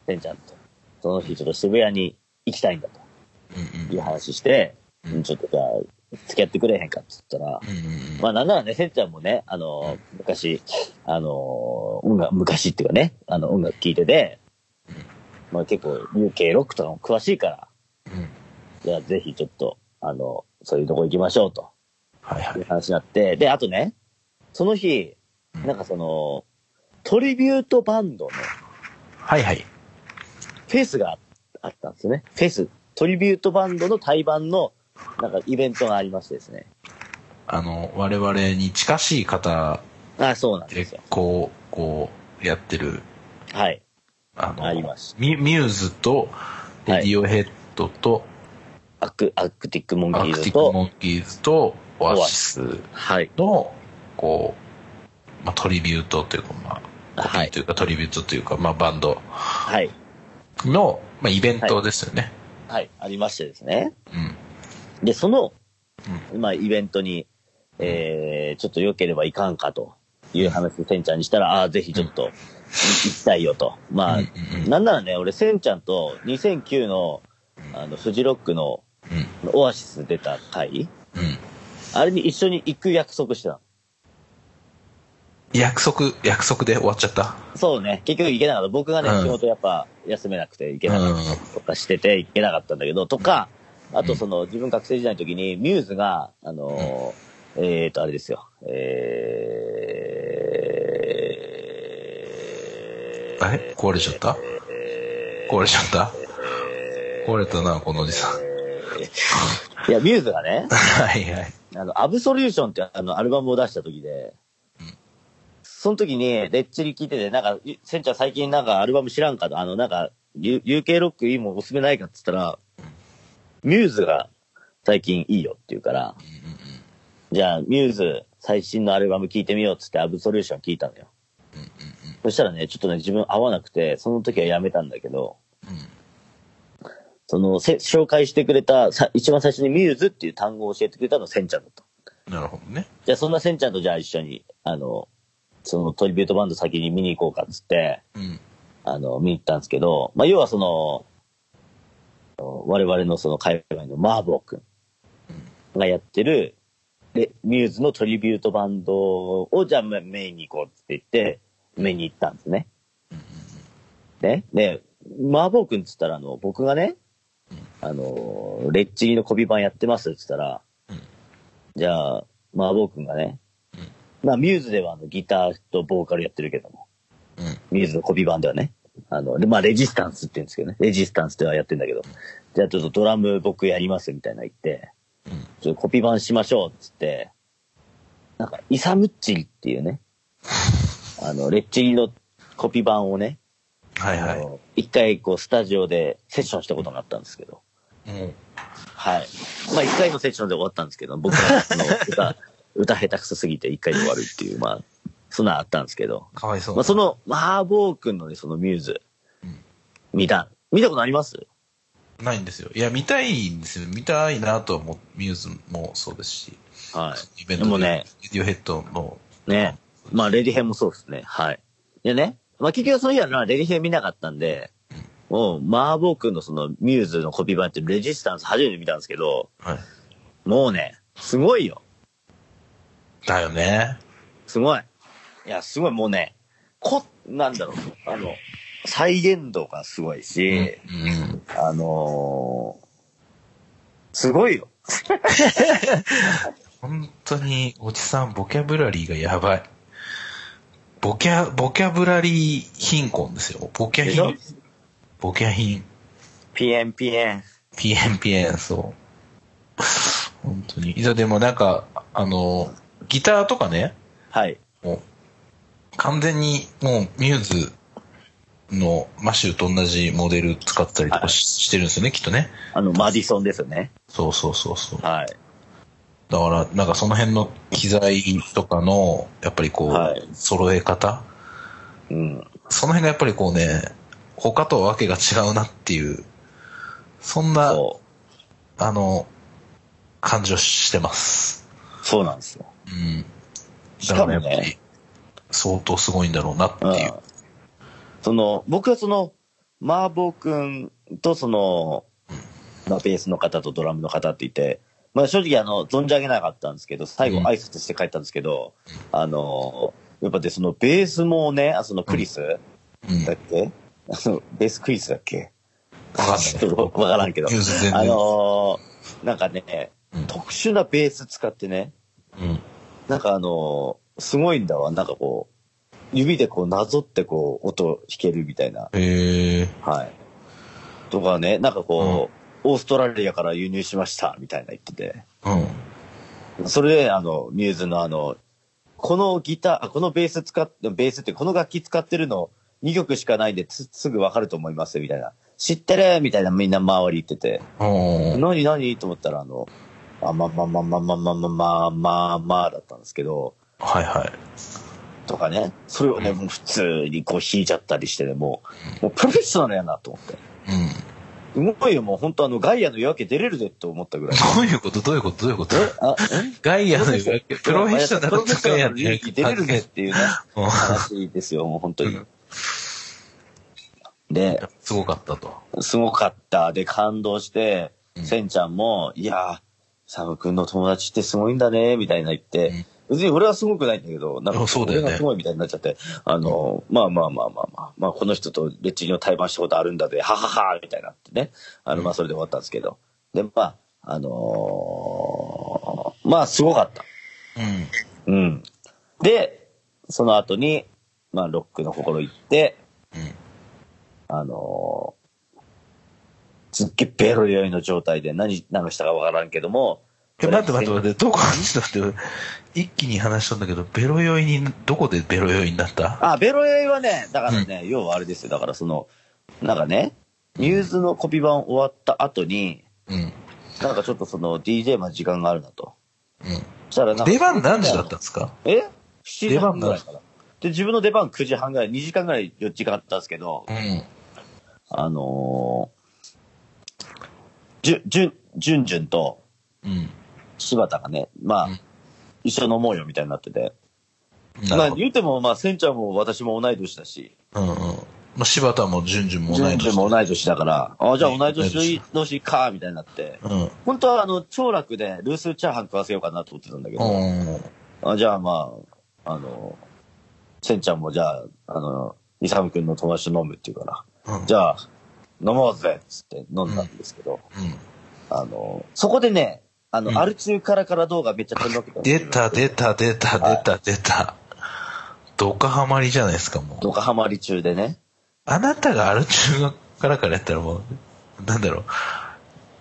B: せんちゃんと、その日ちょっと渋谷に行きたいんだ
A: うん
B: と
A: う
B: い
A: ん
B: う話して、
A: うん
B: ちょっとじゃあ、付き合ってくれへんかって言ったら、
A: うんうん
B: まあなんならね、せんちゃんもね、あの、昔、あの、音楽、昔っていうかね、あの、音楽聴いてて、まあ結構 UK ロックとかも詳しいから、
A: うん。
B: じゃあぜひちょっと、あの、そういうとこ行きましょうと、。
A: はいはいいう
B: 話になって、で、あとね、その日、なんかその、トリビュートバンドの
A: はいはい。
B: フェスがあったんですよね。フェス、トリビュートバンドの対バンの、なんかイベントがありましてですね。
A: あの、我々に近しい方
B: あ、そうなんで
A: です
B: よ。、
A: こう、こう、やってる、
B: はい。
A: あの、
B: ありまし
A: ミミューズと、レディオヘッドと、
B: アク、アクティックモンキ
A: ア
B: ー
A: ク
B: ズ
A: ティック
B: と、
A: モンキーズと、オアシス
B: はい。
A: の、こう、まあ、トリビュートというか、まあ、コピ
B: は
A: ー
B: い
A: というか、トリビュートというか、まあ、バンド
B: はい。
A: の、まあ、イベントですよね。
B: はい。ありましてですね。
A: うん。
B: で、その、まあ、イベントに、えー、ちょっと良ければいかんかという話をセンちゃんにしたら、ああー、ぜひちょっと、い行きたいよと。まあ、
A: うんうんうん
B: なんならね、俺、センちゃんと2009の、あの、フジロックの、
A: うん。
B: オアシス出た回
A: うん。
B: あれに一緒に行く約束してたの
A: 約束、約束で終わっちゃった。
B: そうね、結局行けなかった。僕がね
A: う、ん
B: 仕事やっぱ休めなくて行けなかったりとかしてて、行けなかったんだけど、とか、あとその、自分学生時代の時に、ミューズが、あのー、えーと、あれですよ、えー、
A: あれ壊れちゃった壊れちゃった壊れたな、このおじさん。
B: いや、ミューズ
A: [laughs]
B: がね、
A: はいはい。
B: あの、アブソリューションってあの、アルバムを出した時で、その時に、レッチリ聞いてて、なんか、いセンちゃん最近なんかアルバム知らんかと、あの、なんか、U- UK ロックいいもんおすすめないかって言ったら、ミューズが最近いいよって言うから、じゃあ、ミューズ最新のアルバム聞いてみようってって、アブソリューション聞いたのよ。そしたらね、ちょっとね、自分合わなくて、その時はやめたんだけど、その、せ紹介してくれた、さ一番最初にミューズっていう単語を教えてくれたのセンちゃんだった。
A: なるほどね。
B: じゃあそんなセンちゃんとじゃあ一緒に、あの、そのトリビュートバンド先に見に行こうかっつって、
A: うん。
B: あの、見に行ったんですけど、まあ、要はその、我々のその海外のマーボー君がやってる、で、ミューズのトリビュートバンドをじゃあメメインに行こうって言って、メインに行ったんですね。ね、で、マーボー君っつったらあの、僕がね、あの、レッチリのコビ版やってますっつったら、
A: うん
B: じゃあ、マーボー君がね、まあ、ミューズではあのギターとボーカルやってるけども、
A: うん。
B: ミューズのコピー版ではね。あの、で、まあ、レジスタンスって言うんですけどね。レジスタンスではやってんだけど。じゃあちょっとドラム僕やりますみたいな言って、
A: うん
B: ちょっとコピー版しましょうっつって、なんか、イサムッチリっていうね、あの、レッチリのコピー版をね、
A: はいは
B: あ
A: い。
B: の一回こう、スタジオでセッションしたことがあったんですけど、
A: うん。
B: はい。まあ、一回のセッションで終わったんですけど、僕は、あの、
A: [laughs]
B: 歌、歌下手くそすぎて一回で終わるっていう、まあ、そんなんあったんですけど、
A: かわいそう。
B: まあ、その、マーボー君のね、そのミューズ、見た、見たことあります
A: ないんですよ。いや、見たいんですよ。見たいなとは思う。ミューズもそうですし、
B: は
A: イベン
B: で
A: ト
B: もね、
A: レディオヘッドも、
B: い。ね。まあ、レディヘンもそうですね。はい。でね、まあ、結局その日はなレディヘン見なかったんで、もう、マーボー君のそのミューズのコピー版ってレジスタンス初めて見たんですけど、
A: はい。
B: もうね、すごいよ。
A: だよね。
B: すごい。いや、すごい、もうね、こ、なんだろう、あの、再現度がすごいし、
A: うん。
B: あのーすごいよ。
A: 本当に、おじさん、ボキャブラリーがやばい。ボキャ、ボキャブラリー貧困ですよ。ボキャ
B: でしょ
A: 貧。ボキャ貧。
B: ピエンピエン。
A: ピエンピエン、そう。本当に。いや、でもなんか、あの、ギターとかね、
B: はい。
A: もう完全にもうミューズのマシューと同じモデル使ったりとかし,、てるんですよね、きっとね。
B: あの、マディソンですよね。
A: そうそうそうそう。だか
B: はい。
A: ら、なんかその辺の機材とかの、やっぱりこう、
B: はい
A: 揃え方
B: うん。
A: その辺がやっぱりこうね、他とはわけが違うなっていう、そんな、
B: そ
A: あの、感じをしてます。
B: う。そうなんですよ。
A: うん。
B: しかもね
A: だらやっぱり相当すごいんだろうなって
B: うん
A: いう。
B: その、僕はその、マーボー君とその、まあ、ベースの方とドラムの方っていて、まあ、正直あの、存じ上げなかったんですけど、最後
A: うん
B: 挨拶して帰ったんですけど、あの、やっぱで、そのベースもね、あそのクリス
A: うん。
B: だっけ、あの、ベースクリスだっけ
A: わかんない
B: [laughs] ちょっとわからんけど
A: ニュース全然
B: あのーなんかね、
A: うん
B: 特殊なベース使ってね、
A: うん。
B: なんかあのーすごいんだわ。なんかこう、指でこうなぞってこう音を弾けるみたいな。
A: へえ。
B: はい。とかね、なんかこう、オーストラリアから輸入しましたみたいな言ってて。
A: うん。
B: それで、あの、ミューズのあの、このギター、あこのベース使って、ベースってこの楽器使ってるの2曲しかないんですすぐわかると思いますみたいな。知ってるみたいなみんな周り言ってて。
A: うん。
B: 何何と思ったら、あの、あ、まあまあまあまあまあまあまあまあまあまあだったんですけど、
A: はいはい。
B: とかね、それをね、
A: うん
B: もう普通にこう弾いちゃったりしてね、もう、もうプロフェッショナルやなと思って。
A: うん。 [laughs]
B: うまいよ、もう本当あの、ガイアの夜明け出れるでって思ったぐらい。
A: どういうことどういうことどういうこと
B: [laughs] あ、
A: ガイアの夜明けプロフェッショナ
B: プ
A: ル
B: ロフェッシ
A: と
B: ョ
A: ガイ
B: ナ
A: ア
B: ル
A: の
B: の夜
A: 夜
B: 明け
A: 明
B: 出
A: け
B: れるでっていうね、
A: うん
B: 話ですよ、もう本当に
A: うん。
B: で、
A: すごかったと。
B: すごかった。で、感動して
A: う、ん
B: せんちゃんも、いやー、サム君の友達ってすごいんだね、みたいな言って、別に俺はすごくないんだけど、なんか
A: あそうだよね
B: 俺がすごいみたいになっちゃって、あの、まあまあまあまあまあ、まあこの人とレッチリの対バンしたことあるんだで、はははみたいなってね。あの、まあそれで終わったんですけど。で、まあ、あのーまあすごかった。
A: うん。
B: うん。で、その後に、まあロックの心行って、
A: うん。
B: あのーすっげえベロ酔いの状態で何、何したかわからんけども、
A: え、待って待って待って、どこちょっと待って、一気に話したんだけど、ベロ酔いに、どこでベロ酔いになった
B: あ、ベロ酔いはね、だからね、要はあれですよ、だからその、なんかね、ミューズのコピー版終わった後に、
A: うん。
B: なんかちょっとその DJ まで時間があるなと。
A: う
B: そしたらなん
A: ん。
B: か
A: 出番何時だったんですか
B: え ?7 時
A: 出
B: 半
A: 番
B: ぐらいから。で、自分の出番9時半ぐらい、2時間ぐらい4時間あったんですけど、
A: うん。
B: あのー、じゅ、じゅ、じゅんじゅんと
A: うん。
B: 柴田がね、まあ、
A: うん
B: 一緒に飲もうよみたいになってて。ま
A: な
B: あ
A: る
B: 言うても、まあ、センちゃんも私も同い年だし、
A: ほど。うんうん。まあ、柴田も順々も
B: ジ
A: 同
B: ュ
A: い
B: ンジュ
A: 年。
B: ンも同い年だから、ああ、じゃあ同い
A: 同い
B: 年同士か、みたいになって。
A: うん。
B: 本当は、あの、長楽でルースチャーハン食わせようかなと思ってたんだけど、
A: うん。
B: あじゃあまあ、あの、センちゃんもじゃあ、あの、イサム君の友達と飲むっていうから、
A: うん
B: じゃあ、飲もうぜっつって飲んだんですけど、
A: う
B: あの、そこでね、あの、
A: うん
B: アル中カラカラ動画めっちゃ撮りまくったん
A: ん。
B: です
A: 出
B: よ
A: た、出た、出た、出た、出た。ドカハマりじゃないですか、もう。
B: ドカハマり中でね。
A: あなたがある中学からからやったらもう、なんだろう、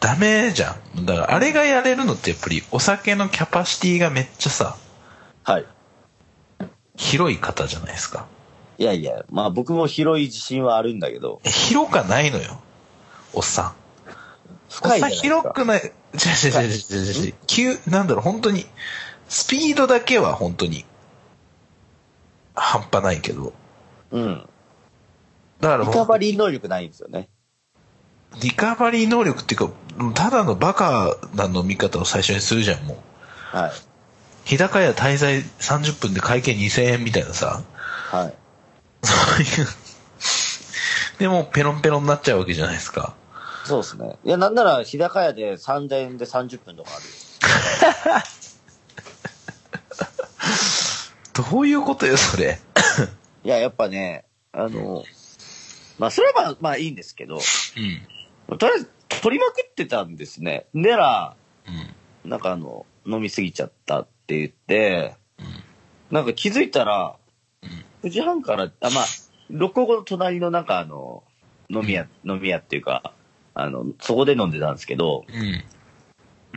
A: ダメじゃん。だから、あれがやれるのってやっぱり、お酒のキャパシティがめっちゃさ、
B: はい。
A: 広い方じゃないですか。
B: いやいや、まあ僕も広い自信はあるんだけど、
A: 広かないのよ。おっさん。おっ
B: 深いじ
A: さん
B: ゃないです
A: 広
B: か。
A: くない。違う違う違う違う違う違う。急、なんだろう、本当に、スピードだけは本当に、半端ないけど。
B: うん。
A: だから
B: リカ
A: 僕、
B: バリー能力ないんですよね。
A: リカバリー能力っていうか、ただのバカな飲み方を最初にするじゃん、もう。
B: はい。
A: 日高屋滞在30分で会計2000円みたいなさ。 [laughs]
B: はい。
A: そういう。でも、ペロンペロンになっちゃうわけじゃないですか。
B: そうですね。いや、なんなら日高屋で3000円で30分とかあるよ。
A: どういうことよ、それ。
B: いや、やっぱね、あの、まあそれはまあまあいいんですけど、
A: うん。
B: とりあえず取りまくってたんですね。でら、
A: うん。
B: なんかあの、飲みすぎちゃったって言って、なんか気づいたら、9時半から、あ、まあ、六甲後の隣のなんかあの、飲み屋、飲み屋っていうか、あの、そこで飲んでたんですけど、
A: うん。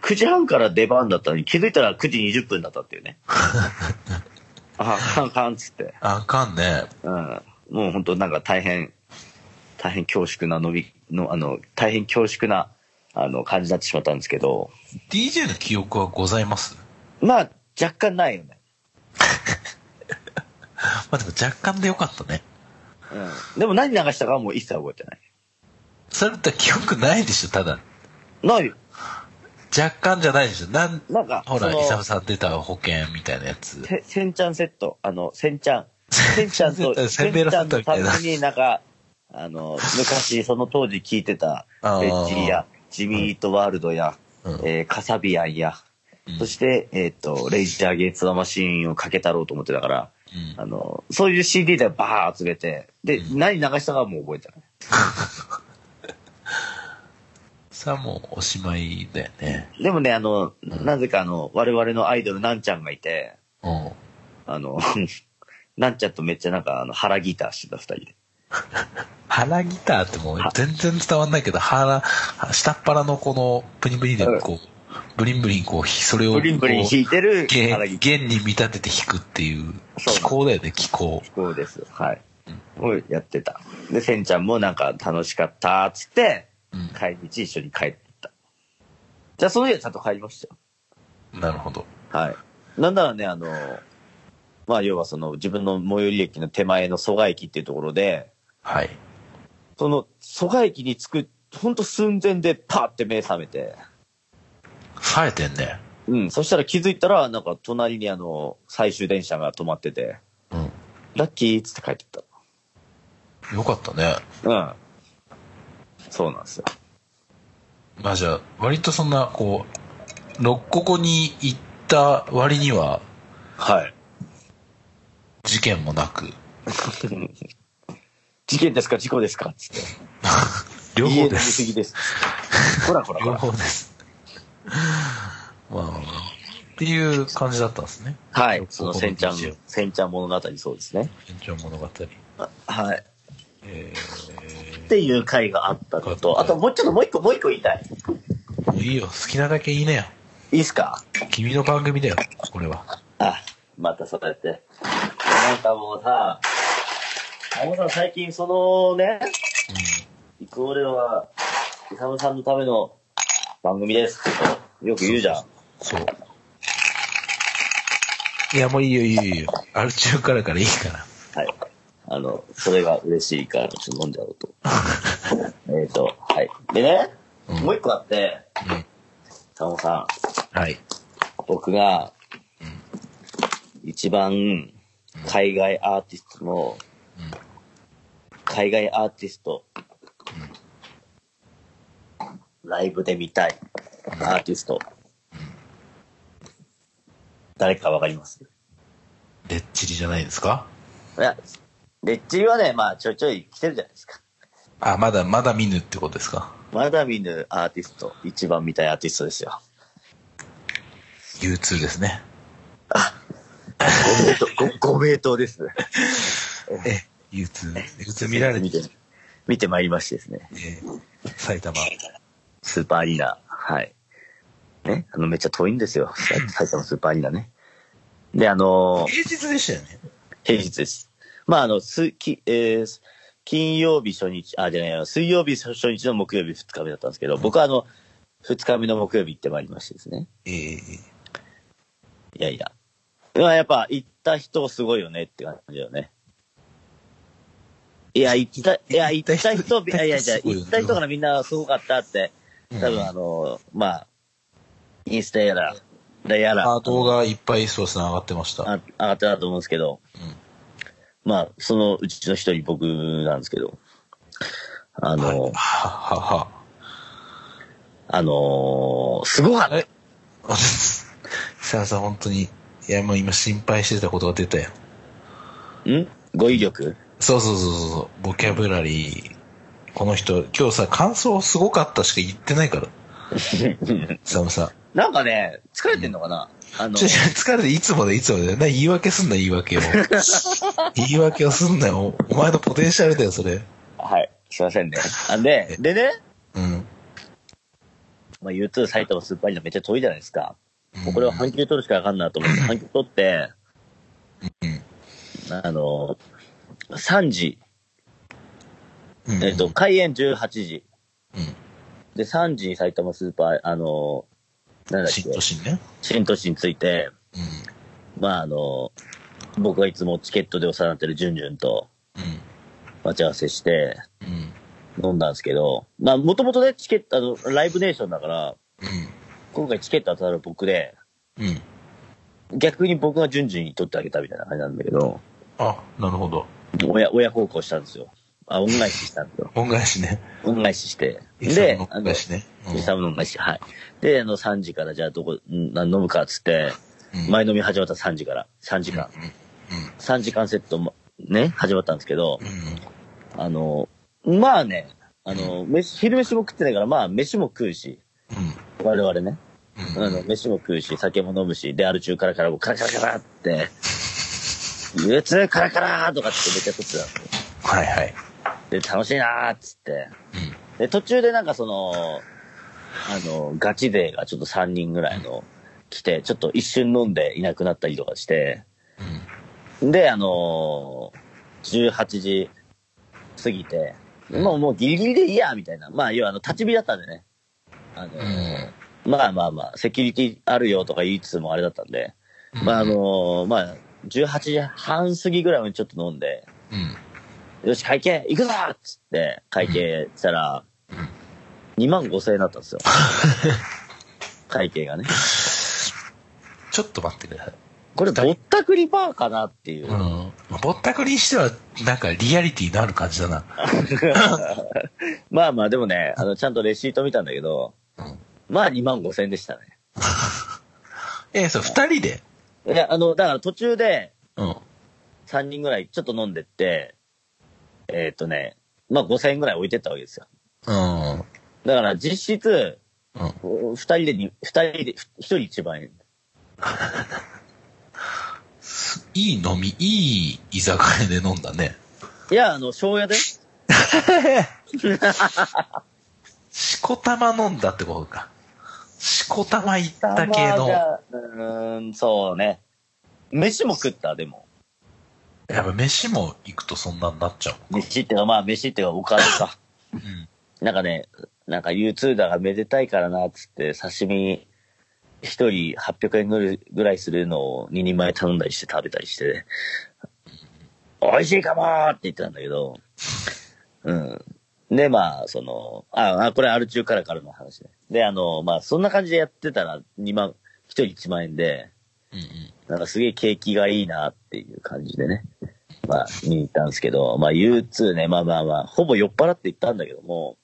B: 9時半から出番だったのに気づいたら9時20分だったっていう [laughs] ね。あ、カンカンっつって。
A: あかんね。
B: うん。もう本当なんか大変、大変恐縮な飲み、の、あの、大変恐縮な、あの、感じになってしまったんですけど、
A: DJ の記憶はございます
B: まあ、若干ないよね。
A: まあでも若干でよかったね。
B: うん。でも何流したかはもう一切覚えてない。
A: それって記憶ないでしょ、ただ。
B: ないよ。
A: 若干じゃないでしょ。なん、
B: なんか、
A: ほ
B: そ
A: ら、
B: の
A: イサムさん出た保険みたいなやつ。
B: せ、せんちゃんセット、あの、せん
A: [laughs]
B: ちゃん、せんちゃんと、
A: せ
B: せ
A: ん
B: ん
A: べ
B: ち
A: ろセ
B: ゃ
A: ッ
B: ん
A: ト
B: の
A: みた
B: た
A: いな
B: めになんか、あの、昔、その当時聞いてた、レ
A: あー
B: ッチリや、ジミーイートワールドや、
A: うん
B: えーカサビアンや、
A: うん
B: そして、えっ、と、レイジャーゲイツ・ザ・マシーンをかけたろうと思ってたから、
A: うん
B: あの、そういう CD でバーッ集めて、で、何流したかはもう覚えてない。
A: さあもうおしまいだよね。
B: でもね、あの、なぜかあの、我々のアイドル、なんちゃんがいて、
A: うん。
B: あの、なんちゃんとめっちゃなんか、あの、腹ギターしてた二人で。
A: 腹ギターってもう全然伝わんないけど、腹、下っ腹のこのプニプニでこう、ブリンブリンこう、それをこ
B: ブ
A: う、
B: リンブリン弾いてる
A: 弦
B: 腹ギター。
A: 弦に見立てて弾くっていう、
B: そう
A: 気候だよね、気候。
B: そうです。はい。をやってた。で、せんちゃんもなんか楽しかったっつって、
A: うん
B: 帰り道一緒に帰ってった。じゃあ、その家ちゃんと帰りましたよ。
A: なるほど。
B: はい。なんならね、あの、まあ、要はその、自分の最寄り駅の手前の蘇我駅っていうところで、
A: はい。
B: その、蘇我駅に着く、ほんと寸前でパーって目覚めて、
A: 冴えてんね。
B: うん、そしたら気づいたら、なんか隣にあの、最終電車が止まってて、
A: うん。
B: ラッキーっつって帰ってった。
A: よかったね。
B: うん。そうなんですよ。
A: まあじゃあ、割とそんな、こう、六個こに行った割には、
B: はい。
A: 事件もなく、
B: 事件ですか事故ですかつって。
A: 両
B: 家
A: 方
B: 飲み
A: ですす。
B: ぎです。ほらほらほ
A: 両
B: ら。
A: 方です。 [laughs] まあまあまあ、っていう感じだったんですね。
B: はい
A: こ。こ
B: その、せんちゃん
A: ここ、
B: せんちゃん物語そうですね。
A: 延長物語。
B: はい。
A: え
B: っていう回があったのと、あともうちょっともう一個、もう一個言いたい。
A: ー、いいよ、好きなだけいいねよ。
B: いいっすか
A: 君の番組だよ、これは。
B: あ、またそうやって。なんかもうさ、あのさん最近そのね、イクオレは、イサムさんのための番組ですってことよく言うじゃん。
A: そう。いや、もういいよ、いいよ、いいよ。ある中からからいいから。
B: はい。あの、それが嬉しいから、ちょっと飲んじゃお
A: [laughs]
B: うと。えっと、はい。でね、
A: うん
B: もう一個あって、
A: うん
B: サモさん、
A: はい。
B: 僕が、一番、海外アーティストの、
A: うん
B: 海外アーティスト、ライブで見たい、アーティスト、誰かわかります
A: レッチリじゃないですか
B: いや、レッチリはね、まあ、ちょいちょい来てるじゃないですか。
A: あ、まだ、まだ見ぬってことですか
B: まだ見ぬアーティスト、一番見たいアーティストですよ。
A: ?U2 ですね。
B: ご名答、ご、ご名答です。
A: え、U2。U2 見られ
B: 見
A: て、
B: て、見てまいりましてですね。
A: えー埼玉。
B: スーパーアリーナ。はい。ね、あの、めっちゃ遠いんですよ。さ埼玉スーパーアリーナね。で、あのー
A: 平日でしたよね。
B: 平日です。まあ、あの、す、き、えー金曜日初日、あ、じゃないよ、水曜日初日の木曜日二日目だったんですけど、僕はあの、二日目の木曜日行ってまいりましてですね。
A: ええ
B: いやいや。まあやっぱ行った人すごいよねって感じだよね。いや、行った、いや、行
A: 行
B: っ
A: った
B: た
A: 人
B: 人、いやいやいや、
A: すごいよね
B: 行った人からみんなすごかったって、多分あの、まあ、インスタやら、やら、
A: あ動画いっぱいそうですね、上がってました。
B: あ上がってたと思うんですけど、まあ、そのうちの一人僕なんですけど、あ
A: うん。
B: の、
A: はいははは。
B: あのーすごかった
A: え [laughs] 私、さやさん本当に、いやもう今心配してたことが出たよ。
B: ん語彙力
A: そうそうそうそう、ボキャブラリー。この人、今日さ、感想すごかったしか言ってない [laughs] から。サムさん。
B: なんかね、疲れてんのかな、あの
A: ちょ、ちょ疲れて、いつもで、いつもで。な、言い訳すんな、言い訳 [laughs] を。言い訳をすんなよ。お前のポテンシャルだよ、それ。
B: はい、すいませんね。あんで、でね、
A: うん。
B: まあ、言うと埼玉スーパーアリーナめっちゃ遠いじゃないですか。もうこれは
A: うん
B: 半球取るしかわかんないと思って、半球取って、
A: うん
B: あのー、3時、
A: うん
B: えっと、開演18時。
A: うん
B: で、3時に埼玉スーパー、あのー、なんだっけ
A: 新、都心ね。
B: 新都市について、
A: う
B: まああの、僕がいつもチケットでお世話になってるジュンジュンと
A: ん。
B: 待ち合わせして
A: うん。うん。
B: 飲んだんですけど、まあもともとね、チケット、あの、ライブネーションだから、今回チケット当たる僕で、
A: うん。うん。
B: 逆に僕がジュンジュンに取ってあげたみたいな感じなんだけど、
A: あ、なるほど。
B: 親、親孝行したんですよ。あ、恩返ししたんですよ。
A: 恩返しね。
B: 恩返しして。
A: イサム
B: で
A: の、
B: あ
A: 恩
B: の
A: 返、しね。うん
B: イサムの恩返し、はい。で、あの、3時からじゃあどこ、んな飲むかっつって、
A: うん
B: 前飲み始まった3時から、3時間、3時間セットも、ね、始まったんですけど、
A: うん。うん。
B: あの、まあね、あの、飯、昼飯も食ってないから、まあ、飯も食うし、
A: う
B: 我々ね、
A: ん。
B: あの、飯も食うし、酒も飲むし、で、ある中からからもカラカラカラ
A: [laughs]
B: って、憂鬱カラカラとかってめっちゃ食ってたんですよ
A: はいはい。
B: で、楽しいなーっつって。
A: うん。
B: で、途中でなんかその、あの、ガチ勢がちょっと3人ぐらいの来て、ちょっと一瞬飲んでいなくなったりとかして、
A: うん。
B: で、あのー、18時過ぎて、
A: うん
B: もうもうギリギリでいいや、みたいな。まあ、要はあの、立ち火だったんでね。あのーまあまあまあ、セキュリティあるよとか言いつつもあれだったんで、
A: うん
B: まああのーまあ、18時半過ぎぐらいまでちょっと飲んで、
A: うん。
B: よし、会計行くぞっつって、会計したら、
A: ん
B: 2万5千円だった
A: [laughs]
B: んですよ。会計がね。
A: ちょっと待ってください。
B: これ、ぼったくりバーかなっていう。
A: うん。ぼったくりにしては、なんかリアリティのある感じだな。
B: まあまあ、でもね、あの、ちゃんとレシート見たんだけど、
A: うん
B: まあ2万5千でしたね。
A: え、そう、二人で。
B: いや、あの、だから途中で
A: うん。
B: 3人ぐらいちょっと飲んでって、えーっ、とね、まあ5千円ぐらい置いてったわけですよ。
A: うん。
B: だから実質、
A: うん。
B: お二人でに、二人で、一人一万円。
A: いい飲み、いい居酒屋で飲んだね。
B: いや、あの、庄屋で。
A: しこたま飲んだってことか。しこたま行った系
B: まあ
A: の。
B: じ
A: や
B: ゃあうーん、そうね。飯も食った、でも。
A: っぱ飯も行くとそんなになっちゃう。
B: 飯ってか、まあ飯ってか、おかずか。
A: うん。
B: なんかね、なんか U2 だがめでたいからな、つって、刺身、一人800円ぐらいするのを2人前頼んだりして食べたりして、ね、美味しいかもーって言ってたんだけど、うん。で、まあ、その、あ、あこれアル中からからの話ね。で、あの、まあ、そんな感じでやってたら、2万、一人1万円で、
A: うんうん。
B: なんかすげえ景気がいいなっていう感じでね。まあ、見に行ったんですけど、まあ U2 ね、まあまあまあ、ほぼ酔っ払って行ったんだけども、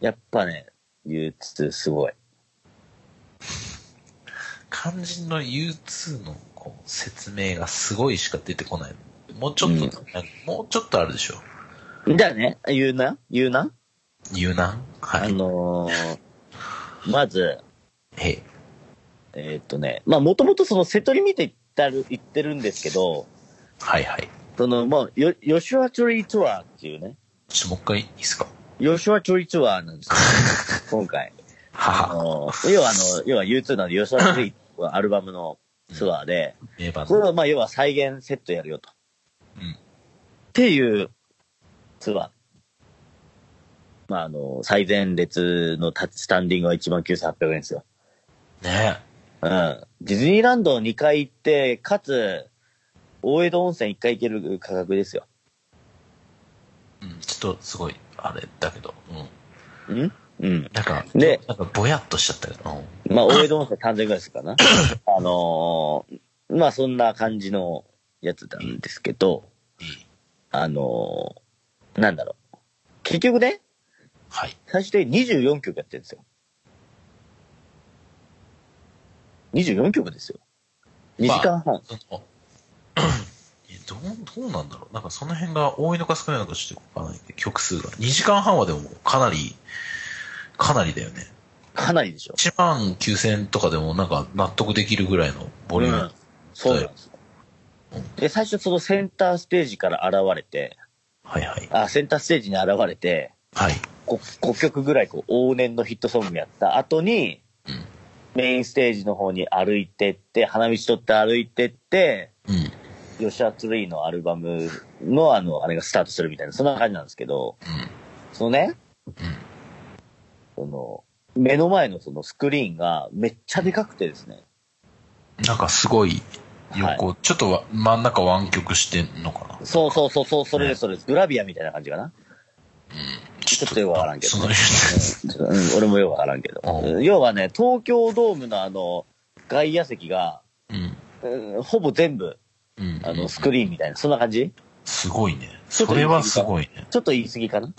B: やっぱね、U2 すごい。
A: 肝心の U2 のこう説明がすごいしか出てこない。もうちょっと、
B: うん
A: なんかもうちょっとあるでしょ。
B: じゃあね、言うな言うな、
A: 言うな。は
B: あ
A: い。
B: のー、まず、
A: へい。
B: えーっとね、まあもともとその瀬戸り見て行ったる、行ってるんですけど、
A: はいはい。
B: その、もう、よ、ヨシュアチョリーツアーっていうね、
A: ちょっともう一回いいですか
B: ヨシュアチョリーツアーな
A: [laughs]
B: んですよ、今回。
A: は
B: あ
A: は。
B: の、要はあの、要は U2 なんで、ヨシュアチョリーはアルバムの、ツアーで、
A: 名盤。
B: これはまあ要は再現セットやるよと。
A: うん
B: っていうツアー。まああの、最前列のタッチスタンディングは19,800円ですよ。
A: ね
B: うん。ディズニーランド2回行って、かつ、大江戸温泉1回行ける価格ですよ。
A: うん、ちょっとすごい、あれだけど、うん。
B: うんうん。
A: なんか、
B: で
A: なんかぼやっとしちゃったけど、うん。
B: まあ、大江戸温泉3000円ぐらいするかな。あのーまあそんな感じのやつなんですけど、
A: いい。
B: あのーなんだろう。結局ね、
A: はい。
B: 最終的に24曲やってるんですよ。24曲ですよ。2時間半。
A: その [clears throat] えどう、どうなんだろうなんかその辺が多いのか少ないのかちょっとわからないけど、曲数が。2時間半はでもかなり、かなりだよね。
B: かなりでしょ。
A: 1万9000円とかでもなんか納得できるぐらいのボリューム。
B: うんそうなんですよ。で、最初そのセンターステージから現れて、
A: はいはい。
B: あ、センターステージに現れて、
A: はい。
B: 5, 曲ぐらいこう往年のヒットソングやった後に、
A: うん
B: メインステージの方に歩いてって、花道取って歩いてって、
A: うん。
B: ヨシアツリーのアルバムのあの、あれがスタートするみたいな、そんな感じなんですけど、そのね、その、目の前のそのスクリーンがめっちゃでかくてですね。
A: うん。なんかすごい、横、ちょっとわ真ん中湾曲してんのかな
B: そうそうそう、そうそれです、それです。グラビアみたいな感じかな。ちょっとよくわからんけど
A: そ。の
B: うん、俺もよくわからんけど。
A: う
B: 要はね、東京ドームのあの、外野席が、
A: うん。
B: うんほぼ全部、
A: うん。
B: あの、スクリーンみたいな、そんな感じ
A: すごいね。
B: ち
A: そ
B: ょっと言
A: れ
B: い過ぎた
A: はすごい
B: [laughs]
A: ね。
B: ちょっと言い過ぎかな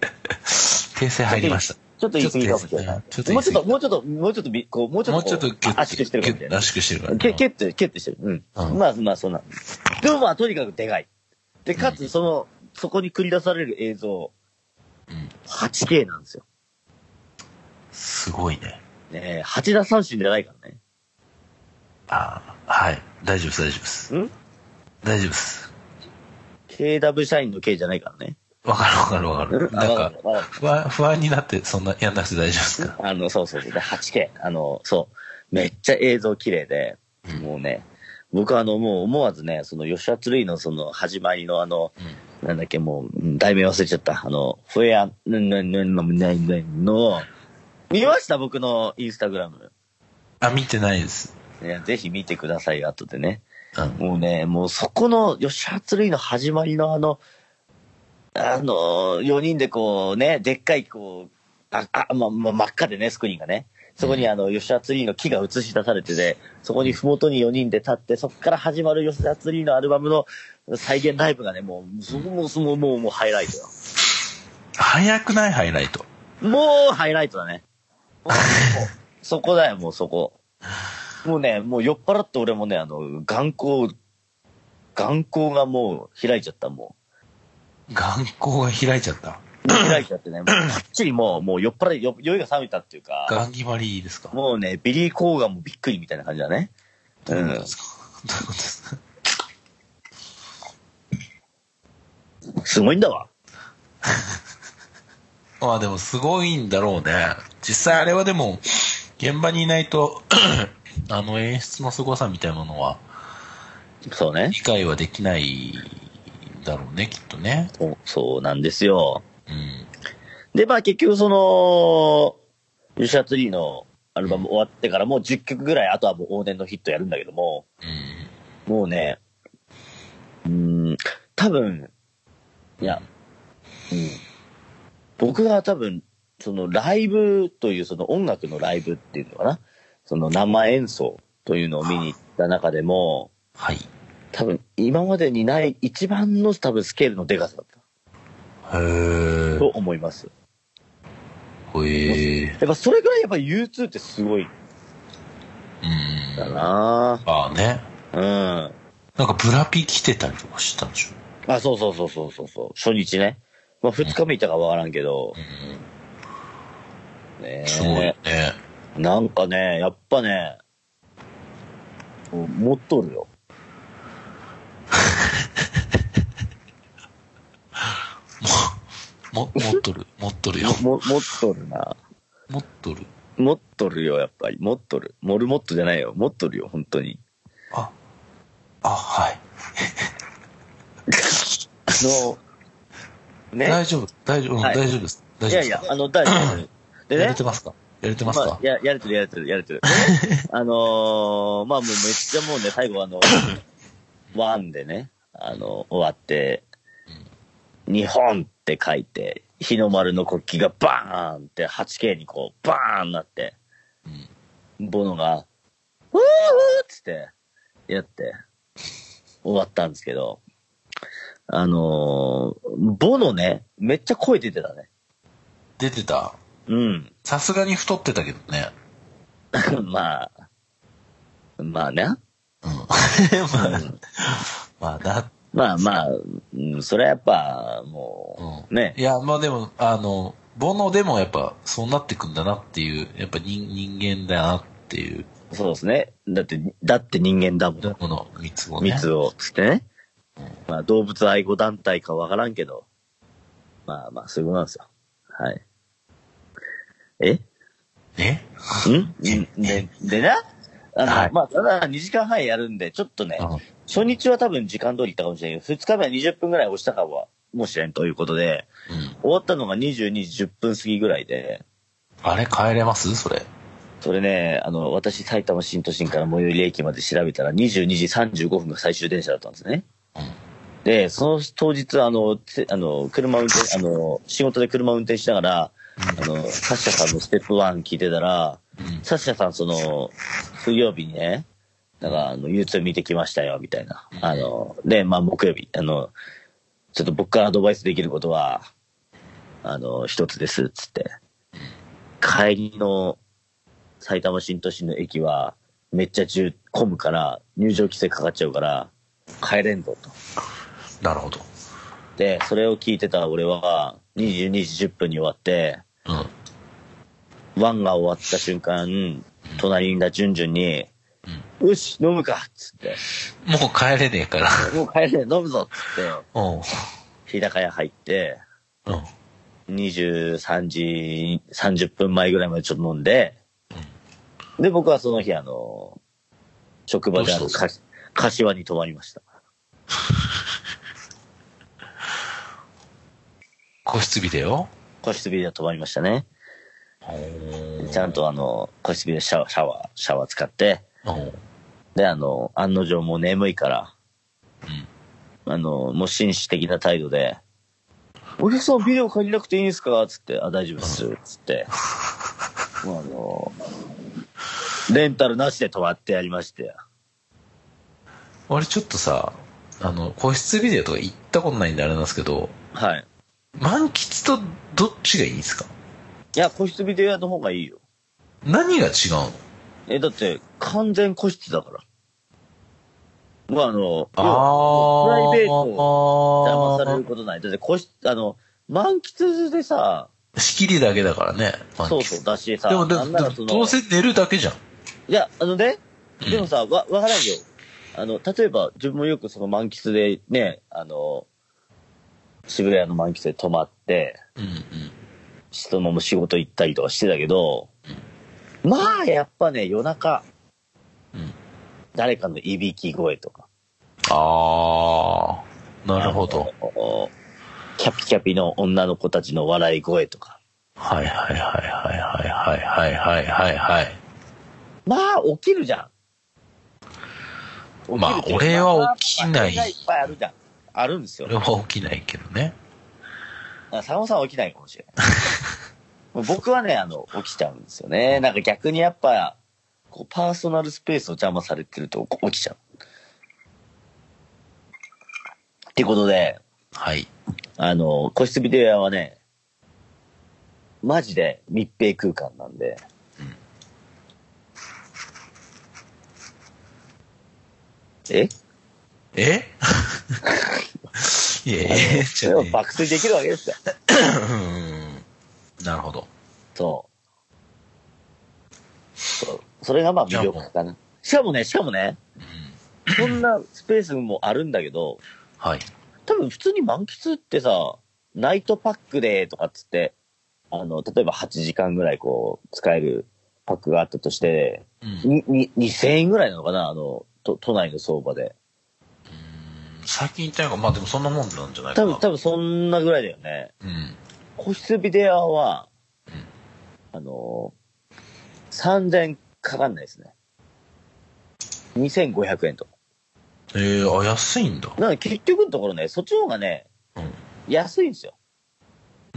A: 訂正入りました。
B: ちょっと言い過ぎかもしれない。
A: ちょっと言
B: もう
A: い
B: ち
A: 過
B: ょ
A: ぎ
B: っと、もうちょっと、もうちょっとび、こう、もうちょ
A: も
B: っ
A: うちょっ
B: と
A: と
B: こ
A: ギュッ
B: 圧縮してるかもしれない
A: 圧縮してるから、
B: け、けって、けってしてる。うん。
A: うん
B: まあまあ、そんな。でもまあ、とにかくでかい。で、かつ、その、そこに繰り出される映像、
A: うん。
B: 8K なんですよ。
A: すごいね。
B: ねえ、8打三振じゃないからね。
A: ああ、はい。大丈夫です、大丈夫です。
B: ん
A: 大丈夫です。
B: KW 社員の K じゃないからね。
A: わかるわかるわかる。
B: あ
A: なん
B: わ
A: か
B: る、わか
A: 不安、不安になって、そんなやんなくて大丈夫ですか
B: るあの、そうそうそう。で、8K。あの、そう。めっちゃ映像綺麗で、
A: うん
B: もうね、僕はあの、もう思わずね、その、吉田ツリーのその、始まりのあの、なんだっけ、もう、うん題名忘れちゃった。あの、フェア、ぬんぬんぬんの、ぬんぬんの、見ました僕のインスタグラム。
A: あ、見てないです。
B: いや、ぜひ見てください、後でね。
A: うん。
B: もうね、もうそこの、吉発類の始まりのあの、あの、4人でこうね、でっかいこう、あ、あ、ま、ま、真っ赤でね、スクリーンがね。そこにあの、吉田ツリーの木が映し出されてて、そこに麓に4人で立って、そこから始まる吉田ツリーのアルバムの再現ライブがね、もう、そこも、そもう、もう、もうハイライトよ。
A: 早くないハイライト。
B: もうハイライト
A: [laughs]
B: だね。もうそこそこだよ、もうそこ。もうね、もう酔っ払って俺もね、あの、眼光、眼光がもう開いちゃった、も
A: 眼光が開いちゃった。
B: う。開いちゃ
A: [laughs]
B: ってね、もうぱっちりもう、もう酔っ払い、酔酔いが冷めたっていうか、
A: 眼決まりですか
B: もうね、ビリー・コーガンもびっくりみたいな感じだね。う
A: どういうんこと。ですかどういうことですか
B: すごいんだわ。
A: まあでもすごいんだろうね。実際あれはでも、現場にいないと、 [clears throat] あの演出の凄さみたいなものは
B: そうね。
A: 理解はできないだろうね、きっとね。
B: そうそうなんですよ。
A: うん。
B: で、まあ結局その、ユシャツリーのアルバム終わってからもう10曲ぐらい、あとはもう往年のヒットやるんだけども、
A: うん。
B: もうね、うーん、多分、いや、うん。僕が多分、そのライブという、その音楽のライブっていうのかな、その生演奏というのを見に行った中でも、
A: はい。へ
B: 多分今までにない一番の多分スケールのデカさだった
A: え
B: と。思います。
A: へえ。
B: やっぱそれぐらいやっぱ U2 ってすごいん
A: うん。
B: だな
A: ああね。
B: うん。
A: なんかブラピ来てたりとかしてたんでしょ
B: あ、そうそうそうそうそうそう。初日ね。まあ二日目いたかわからんけど。
A: うん。
B: ねえ
A: すごいね。
B: なんかね、やっぱね、もう持っとるよ。
A: も、も、持っとる。持っとるよ。
B: も持っとるな。
A: 持っとる。
B: 持っとるよ、やっぱり。持っとる。モルモットじゃないよ。持っとるよ、本当に。
A: あ、あ、はい。
B: あの、ね。
A: 大丈夫、大丈夫、うん
B: はい
A: 大丈夫です。大
B: い
A: 丈夫
B: や
A: です
B: いや
A: か。、
B: あの、大丈夫。で
A: や
B: ね
A: れて、ますかやれてます
B: ま
A: か
B: あ、ややれてるやれてるやれてる。
A: [laughs]
B: でねあのーまあもうめっちゃもうね、最後あの、ワンでね、あの、終わって、日本って書いて、日の丸の国旗がバーンって 8K にこう、バーンなって、ボノが、うーっつって、やって、終わったんですけど、あのーボノね、めっちゃ声出てたね。
A: 出てた。
B: うん。
A: さすがに太ってたけど
B: [laughs]
A: ね。
B: まあ、まあ
A: [laughs]
B: ね。
A: うん。まあ、まあな、
B: まあまあ、うんそれはやっぱ、もう、ね
A: い。や、まあでも、あの、ボノでもやっぱそうなってくんだなっていう、やっぱ人人間だなっていう、
B: そうですね。だって、だって人間だもん。
A: この三つ子ね。
B: 密を、つってね。まあ、動物愛護団体かわからんけど、まあまあ、そういうことなんですよ。はい。え
A: ね
B: んんで、でな、あの、
A: はい
B: まあ、ただ2時間半やるんで、ちょっとね、
A: うん
B: 初日は多分時間通り行ったかもしれんけど、2日目は20分ぐらい押したかは、もしれんということで、
A: うん。
B: 終わったのが22時10分過ぎぐらいで、
A: あれ帰れますそれ。
B: それね、あの、私、埼玉新都心から最寄り駅まで調べたら、22時35分が最終電車だったんですね。
A: うん
B: で、その当日、あの、つあの、車運転、あの、仕事で車運転しながら、あの、サッシャさんのステップワン聞いてたら、
A: うん。
B: サッシャさん、その、水曜日にね、なんか、あの、U2 見てきましたよ、みたいな。あの、で、まあ、木曜日、あの、ちょっと僕からアドバイスできることは、あの、一つです、つって。帰りの埼玉新都心の駅は、めっちゃ重混むから、入場規制かかっちゃうから、帰れんぞ、と。
A: なるほど。
B: で、それを聞いてた俺は、22時10分に終わって、
A: うん。
B: ワンが終わった瞬間、隣にいたジュンジュンに、よし、飲むかっつって、
A: もう帰れねえから。
B: もう帰れ、飲むぞっつっ
A: うん。
B: て、日高屋入って、
A: うん。
B: 23時30分前ぐらいまでちょっと飲んで、で、僕はその日、あの、職場であ
A: ど
B: の、
A: うした
B: か柏に泊まりました。
A: 個室ビデオ
B: 個室ビデオ泊まりましたね。ちゃんとあの、個室ビデオシャワー、シャワー、シャワー使って、
A: うん。うん。
B: で、あの、案の定もう眠いから、あの、もう紳士的な態度で、お客さんビデオ借りなくていいんですかつって、あ、大丈夫です。つ
A: [laughs]
B: って、もうあの、レンタルなしで泊まってやりまして。
A: 俺ちょっとさ、あの、個室ビデオとか行ったことないんであれなんですけど、
B: はい。
A: 満喫とどっちがいいんですか
B: いや、個室ビデオ屋の方がいいよ。
A: 何が違うの
B: え、だって、完全個室だから。まあ、あの、
A: あ
B: 要はプライベートを
A: ト
B: 邪魔されることない。だって、個室、あの、満喫でさ、
A: 仕切りだけだからね。満喫
B: そうそう、だしさ、
A: でも、
B: なんな
A: で
B: ら
A: も
B: その
A: どうせ寝るだけじゃん。
B: いや、あのね、
A: うん
B: でもさ、わ、わからんよ。あの、例えば、自分もよくその満喫でね、あの、渋谷の満喫で泊まって、
A: うんうん。
B: そのまま仕事行ったりとかしてたけど、まあ、やっぱね、夜中、
A: うん
B: 誰かのいびき声とか。
A: あー、なるほど。
B: あの。キャピキャピの女の子たちの笑い声とか。
A: はいはいはいはいはいはいはいはいはい。
B: まあ、起きるじゃん。
A: まあ
B: 起きるって
A: 俺
B: いうか
A: は起きない
B: まあまあまあいっぱいあるじゃん。あるんですよ
A: それ。は起きないけどね。
B: あ坂本さんは起きないかもしれない。 [laughs] 僕はね、あの、起きちゃうんですよね。なんか逆にやっぱ、こう、パーソナルスペースを邪魔されてるとこう起きちゃう。ってことで、
A: はい。
B: あの、個室ビデオ屋はね、マジで密閉空間なんで、え
A: え [laughs] いやいや、えじゃねえ
B: 爆睡できるわけですよ。
A: うんなるほど。
B: そう。そう。それがまあ魅力かな。しかもね、しかも [laughs] ね、
A: うん
B: そんなスペースもあるんだけど、
A: はい。
B: 多分普通に満喫ってさ、ナイトパックでとかっつって、あの、例えば8時間ぐらいこう、使えるパックがあったとして、
A: うん。
B: にに2000円ぐらいなのかなあの、と都内の相場で。
A: 最近言ったのが、まあでもそんなもんなんじゃないか
B: 多
A: な。
B: 分、多分そんなぐらいだよね。
A: うん。
B: 個室ビデオは、あのー、3000円かかんないですね。2500円とか。
A: えー、あ、安いんだ。
B: なので結局のところね、そっちの方がね、
A: うん
B: 安いんですよ。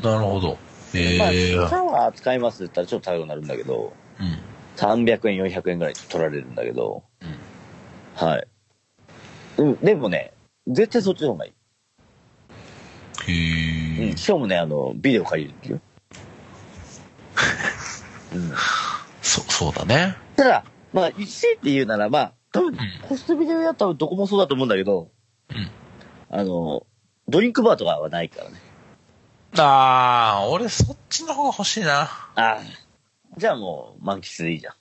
A: なるほど。
B: まあ、シ
A: えー、
B: ャワー使いますって言ったらちょっと高くなるんだけど、
A: うん。
B: 300円、400円ぐらい取られるんだけど、
A: うん
B: はい。うん、でもね、絶対そっちの方がいい。
A: へ
B: うん、
A: え、
B: 今日もね、あの、ビデオ借りるんだ
A: [laughs]
B: よ。うん。
A: そ、そうだね。
B: ただ、まあ、一位って言うなら、まあ、多分
A: ん、
B: コストビデオやったらどこもそうだと思うんだけど、
A: うん
B: あの、ドリンクバーとかはないからね。
A: あー、俺そっちの方が欲しいな。
B: ああ。じゃあもう、満喫でいいじゃ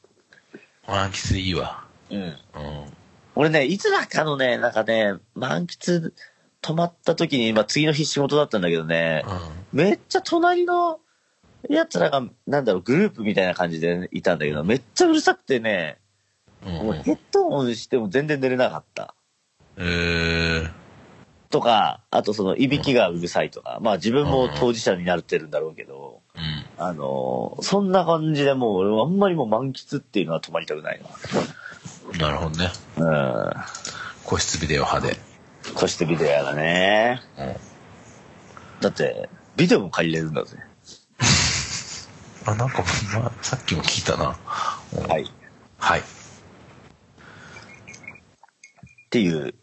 A: 満喫でいいわ。
B: ん。うん。
A: うん。
B: 俺ね、いつだかのね、なんかね、満喫泊まった時に、まあ、次の日仕事だったんだけどね、めっちゃ隣の、やつらが、なんだろう、グループみたいな感じでねいたんだけど、めっちゃうるさくてね、
A: うん。
B: も
A: う。
B: うんヘッドホンしても全然寝れなかった。
A: えー、
B: とか、あとその、いびきがうるさいとか、まあ自分も当事者になってるんだろうけど、
A: うん。
B: あのーそんな感じでもう俺はあんまりもう満喫っていうのは止まりたくない
A: なるほどね。
B: な。
A: 個室ビデオ派で。
B: うん。そしてビデオやだね。
A: うん。
B: だって、ビデオも借りれるんだぜ。
A: あ、なんか、まあ、さっきも聞いたな。うん
B: はい。っ
A: はい。
B: ていう。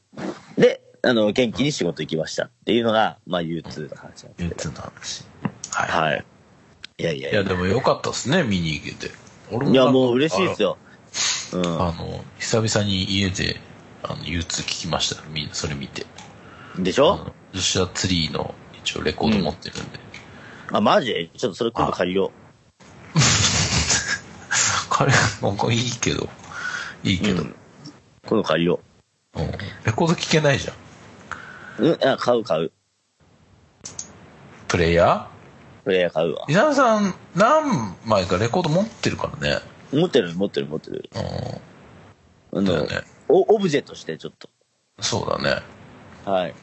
B: で、あの、元気に仕事行きましたっていうのが、まあ、U2 の話なんですけ
A: え
B: ど。
A: つの話。は
B: はい。いやいや
A: い。
B: い
A: い
B: や。
A: や、でもよかったですね、見に行けて。俺
B: いや、もう嬉しいです
A: よ。
B: よ。うん。
A: あの、久々に家で、あの、憂鬱聞きました。みんな、それ見て。
B: でし
A: あ
B: ょ
A: の、ルシアツリーの、一応レコード持ってるんで。
B: あ、マジちょっとそれ今度借りよ。
A: 彼、なんかいいけど、いいう
B: う
A: けど。うん
B: ん。今度借りよう。
A: レコード聞けないじゃん。
B: うん、あ買う買う。
A: プレイヤ
B: プレイヤー買うわ
A: ー。伊沢さん、何枚かレコード持ってるからね。
B: 持ってる持ってる持ってる。
A: う
B: あ
A: ん。だよ
B: の、
A: ね。
B: おオブジェとしてちょっと。
A: そうだね。
B: はい。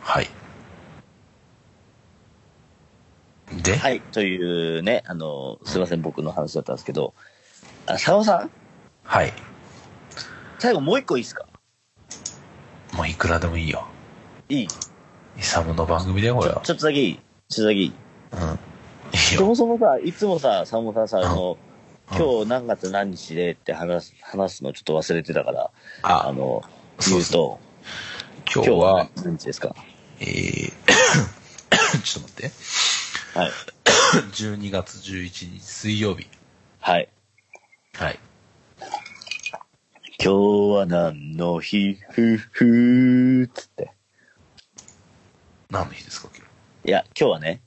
A: はい。で、
B: はい。というね、あの、すいません、僕の話だったんですけど、あ、佐野さん
A: はい。
B: 最後もう一個いいですか
A: もういくらでもいいよ。
B: いい
A: イサムの番組だよ、こ
B: ち
A: れ
B: ょ
A: は。
B: ちょっとだけいいちょっとだけいい
A: うん。いい
B: そ
A: よ。
B: もそもさ、いつもさ、佐野さんさ、あの、
A: うん
B: 今日何月何日でって話す、話すのちょっと忘れてたから、あ
A: あ、
B: の、
A: そ
B: 言
A: う
B: う
A: そ
B: と、
A: 今日
B: 今日
A: は
B: は、何日ですか
A: えー、 [coughs] ちょっと [coughs] 待って。
B: はい。
A: 12月11日水曜日。
B: はい。
A: はい。
B: 今日は何の日、ふふーっつって。
A: 何の日ですか、今
B: いや、今日はね、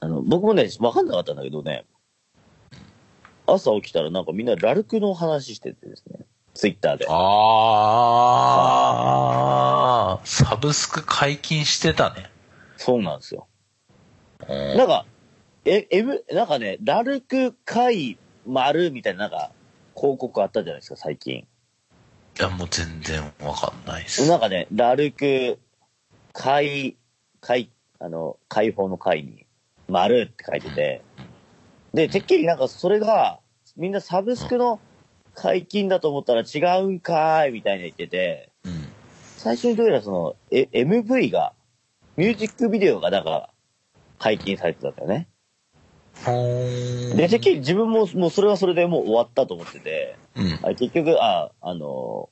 B: あの、僕もね、わかんなかったんだけどね、朝起きたらなんかみんなラルクの話しててですね、ツイッターで
A: 日。。あー、サブスク解禁してたね。
B: そうなんですよ。
A: うん
B: なんか、え、M、なんかね、ラルク回丸みたいななんか、広告あったじゃないですか、最近。
A: いや、もう全然わかんないっす。
B: なんかね、ラルク回、回、あの、解放の回に、丸って書いてて、で、てっきりなんかそれが、みんなサブスクの解禁だと思ったら違うんかーいみたいに言ってて、
A: うん。
B: 最初にどうやらその、え MV が、ミュージックビデオがなんか、解禁されてたんだよね。
A: ほーん。
B: で、てっきり自分も、もうそれはそれでもう終わったと思ってて、
A: うん。
B: あ結局、あ、あの、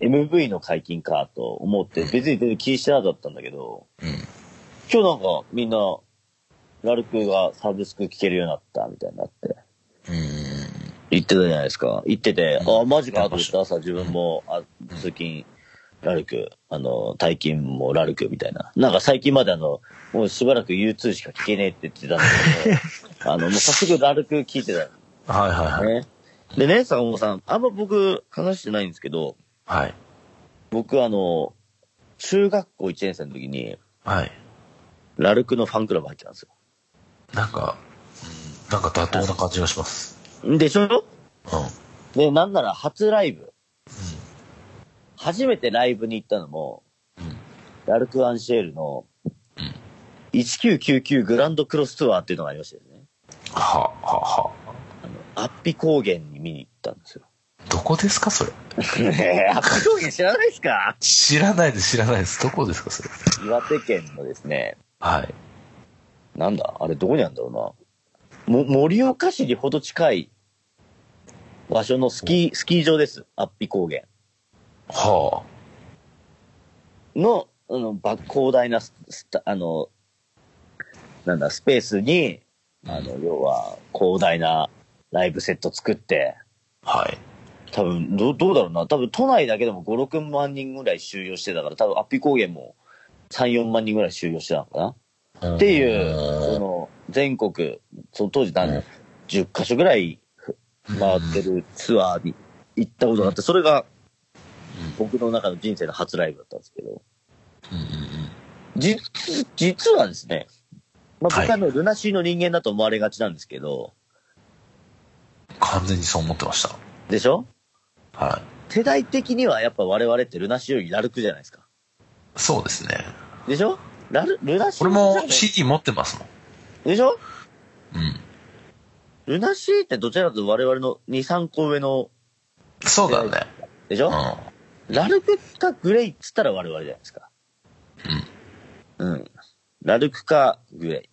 B: MV の解禁かと思って、別に全然気にしてなかったんだけど、
A: うん。
B: 今日なんかみんな、ラルクがサブスク聴けるようになったみたいになって、
A: うん。
B: 言ってたじゃないですか。言ってて、
A: うん
B: あ、マジかと思って朝自分も、あ通勤、ラルク、あの、退勤もラルクみたいな。なんか最近まであの、もうしばらく U2 しか聴けねえって言ってたんだけ [laughs] ど、あの、もう早速ラルク聴いてたん
A: はいはい
B: だ
A: はい。
B: ね。でね、坂本さん、あんま僕話してないんですけど、
A: はい。
B: 僕あの、中学校1年生の時に、
A: はい。
B: ラルクのファンクラブ入ってたんです
A: なんか、うんなんか妥当な感じがします。
B: よ。んでしょ
A: うん。うん。
B: で、なんなら初ライブ。初めてライブに行ったのも、
A: うん
B: ラルク・アンシェールの
A: うん、
B: 1999グランドクロスツアーっていうのがありましてですね。
A: は、は、は。
B: あの、アッピ高原に見に行ったんですよ。
A: どこですかそれ。
B: [laughs] ねえ、アッピ高原知らないですか
A: 知らないです、知らないです。どこですかそれ。
B: 岩手県のですね、
A: はい。
B: なんだあれどこにあるんだろうな。も、盛岡市にほど近い場所のスキー、スキー場です。アッピ高原
A: は
B: の、あの、ば広大なス、スタあの、なんだ、スペースに、
A: あ。
B: あの、要は、広大なライブセット作って、
A: はい。
B: 多分ど、どうだろうな。多分、都内だけでも5、6万人ぐらい収容してたから、多分、アッピ高原も3、4万人ぐらい収容してたのかな。っていう、その、全国、その当時
A: う
B: 何
A: ん、
B: 10カ所ぐらい回ってるツアーに行ったことがあって、それが僕の中の人生の初ライブだったんですけど、
A: うんうんうん。
B: 実、実はですね、まあ、
A: はい
B: 僕はあの、ルナシーの人間だと思われがちなんですけど、
A: 完全にそう思ってました。
B: でしょ
A: はい。
B: 世代的にはやっぱ我々ってルナシーよりラルクじゃないですか。
A: そうですね。
B: でしょラル、ルナシー
A: 俺
B: じゃな
A: も
B: い
A: CD 持ってますも
B: でし
A: ん。
B: ょ
A: うん。
B: ルナシーってどちらかというと我々の2、3個上の、
A: そうだね。
B: でしょ、
A: うん。
B: ラルクかグレイっつったら我々じゃないですか。うん。うん。ラルクかグレイ。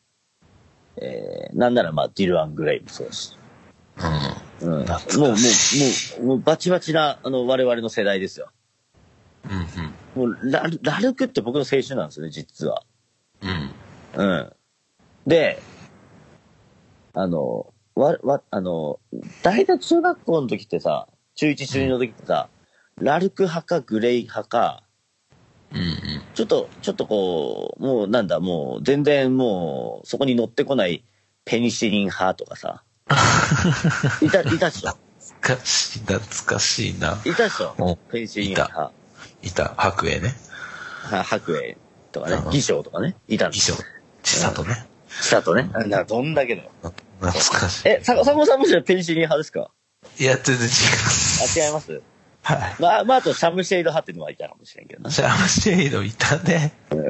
B: えー、なんならまあ、ディルアン・グレイもそうだし。うん。もう、も
A: 懐か
B: う、も
A: し
B: う、もう、バチバチな、あの、我々の世代ですよ。
A: うん。うん
B: もう、ラル、ラルクって僕の青春なんですよね、実は。
A: うん。うん。
B: うん。で、あの、わ、わ、あの、大学中学校の時ってさ、中1中2の時ってさ、ラルク派かグレイ派か、
A: うんうん。
B: ちょっと、ちょっとこう、もうなんだ、もう全然もう、そこに乗ってこないペニシリン派と
A: [laughs]
B: かさ。いた、いたっしょ。
A: 懐かしい、懐かしいな。
B: いたっ
A: [laughs]
B: しょ
A: お。
B: ペニシリン派。
A: いた、白衣ね。
B: は白衣とか
A: う
B: ね
A: ん、
B: 偽証とかね。いたの。
A: 衣装、ちさとね。
B: したとね。なんだ、どんだけだよ。
A: 懐かしい。
B: え、さ、さこさんもしペニシリン派ですか
A: いや、全然違いま
B: あ、
A: す。
B: 違います
A: は。。
B: まあ、まあ、あと、シャムシェイド派っていうのはいたかもしれんけどない
A: シャムシェイドいたね。
B: うん
A: い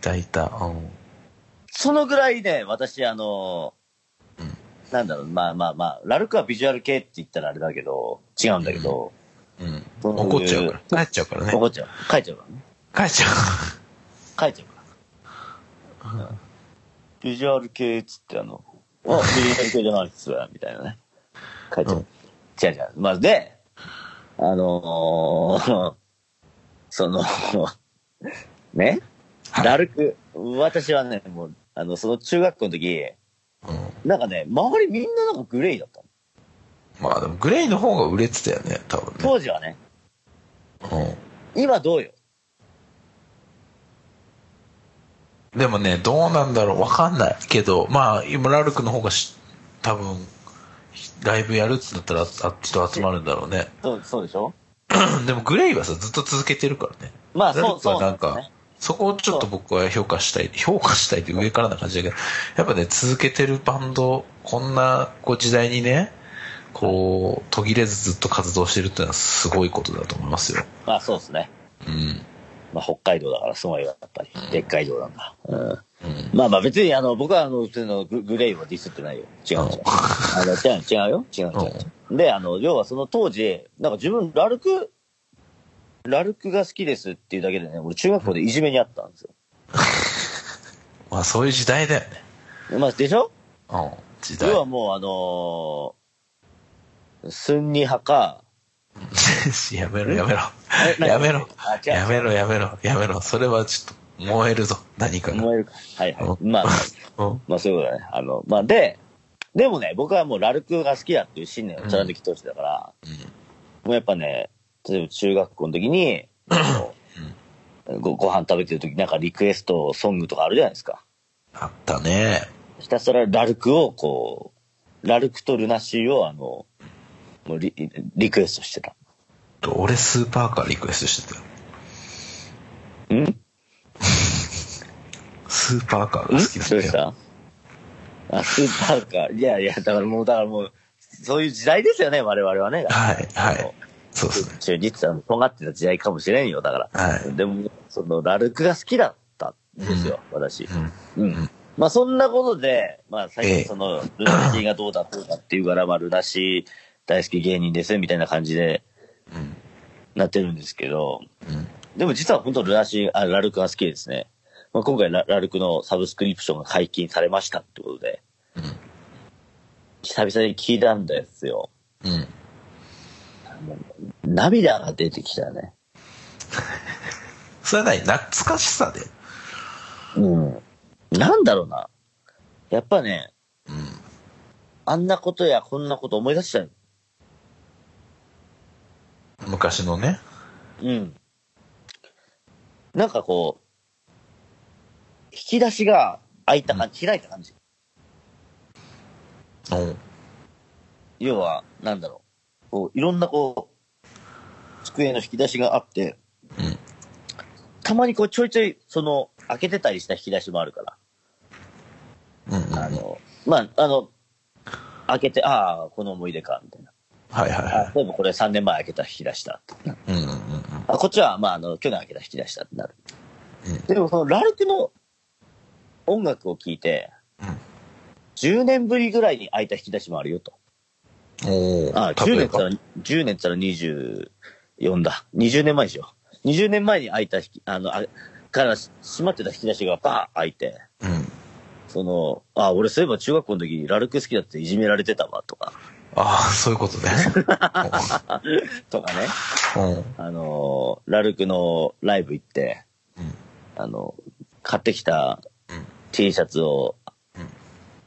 A: たいた。うん。
B: そのぐらいね、私、あの
A: うん、
B: なんだろう、まあまあまあ、ラルクはビジュアル系って言ったらあれだけど、違うんだけど、
A: うん。
B: そういう
A: 怒っちゃうから。帰っちゃうからね。
B: 怒っちゃう。書いちゃうからね。
A: 帰っちゃ
B: 書いちゃうから。
A: う。うん
B: ビジュアル系っつってあの、あ、ビジュアル系じゃないっすわ、みたいなね。書いちゃう。
A: うん
B: 違う違う。まあ、で、あのー [laughs] その、ね、
A: はい
B: ラルク、私はね、もう、あの、その中学校の時、
A: うん。
B: なんかね、周りみんななんかグレーだったの。
A: まあでも、グレイの方が売れてたよね、多分ね。
B: 当時はね、
A: うん。
B: 今どうよ。
A: でもね、どうなんだろう、わかんないけど、まあ、今、ラルクの方がし多分、ライブやるってなったら、ああっちと集まるんだろうね。
B: そう、そうでしょ
A: [clears throat] でも、グレイはさ、ずっと続けてるからね。
B: まあ、
A: ラ
B: そ
A: ル
B: う、
A: ク
B: そ
A: は
B: う
A: なん
B: ですよ
A: か、そこをちょっと僕は評価したい、評価したいって上からな感じだけど、やっぱね、続けてるバンド、こんなこう時代にね、こう、途切れずずっと活動してるってのはすごいことだと思いますよ。
B: まあ、そうですね。
A: うん。
B: まあ、北海道だからすごいわやっぱり。でっかい道なんだ。うん。
A: うん。
B: まあまあ別に、あの、僕はあの、普通のググレイをディスってないよ。違う違う。あの違う違うよ。違う違う違う。で、あの、要はその当時、なんか自分、ラルク、ラルクが好きですっていうだけでね、俺中学校でいじめにあったんです
A: まあ、そういう時代だよね。
B: よ。まあ、でしょ
A: うん。時代
B: 要。はもうあのースンニ派 [laughs] か、
A: [laughs] やめろ、やめろ。
B: え何
A: やめろ
B: あ。違う
A: やめろ、やめろ、やめろ。それはちょっと、燃えるぞ、何かが。
B: 燃えるか。はいは
A: う
B: い。まあ、
A: うん。
B: まあそういうことだね。あの、まあで、でもね、僕はもうラルクが好きだっていう信念を貫き通してたから、もうやっぱね、例えば中学校の時に、ごご飯食べてる時なんかリクエストソングとかあるじゃないですか。
A: あったね。
B: ひたすらラルクをこう、ラルクとルナシーをあの、もうリリクエストしてた。
A: 俺スーパーカーリクエストしてたよ。
B: ん
A: ススーパーカー
B: ん
A: が好
B: どう
A: きだったよ
B: し。たあ、スーパーか。いやいや、だからもう、だからもう、そういう時代ですよね、我々はね。
A: はい、はい。そうですね。
B: 中日は尖ってた時代かもしれんよ、だから。
A: はい。
B: でも、その、ラルクが好きだったんですよ、私。
A: うん。
B: うん。まあ、そんなことで、まあ、最
A: ええ
B: 近その、ルナシーがどうだどうだっていうから、まあ、ルナシー大好き芸人です、みたいな感じで
A: うん。
B: なってるんですけど、
A: うん。
B: でも実は本当ルナシー、あ、ラルクが好きですね。まあ、今回ラ、ラルクのサブスクリプションが解禁されましたってことで、久々に聞いたんですよ。
A: うん。うん。
B: 涙が出てきたね。
A: それは何懐かしさで。
B: うん。なんだろうな。やっぱね、
A: うん。
B: あんなことやこんなこと思い出しちゃう。
A: 昔のね。
B: うん。なんかこう、引き出しが開いた感じ、開いた感じ。
A: お
B: 要は、なんだろう。こう、いろんなこう、机の引き出しがあって、
A: うん。
B: たまにこうちょいちょい、その、開けてたりした引き出しもあるか
A: うんうんうん。
B: ら。
A: は
B: あ
A: い
B: の、まあ、あの、開けて、ああ、この思い出か、みたいな。
A: はい
B: あ
A: は、
B: でもこれ3年前開けた引き出しだ。
A: い。うんうんうん
B: あ、こっちは、まあ、あの、去年開けた引き出したってなる。
A: うん
B: でも、その、ラルクの音楽を聴いて、
A: うん
B: 10年ぶりぐらいに開いた引き出しもあるよと。
A: うん。おお。
B: あ、10
A: 例えば
B: 年から、10年から24だ。20年前でしょ。20年前に開いた引き、あの、あから閉まってた引き出しがバー開いて、
A: うん。
B: その、あ、俺そういえば中学校の時、ラルク好きだっていじめられてたわ、とか、
A: ああ、そういうこと
B: [laughs]
A: ね。
B: とかね。
A: うん。
B: あのー、ラルクのライブ行って、
A: うん
B: あの、買ってきた
A: うん
B: T シャツを
A: うん、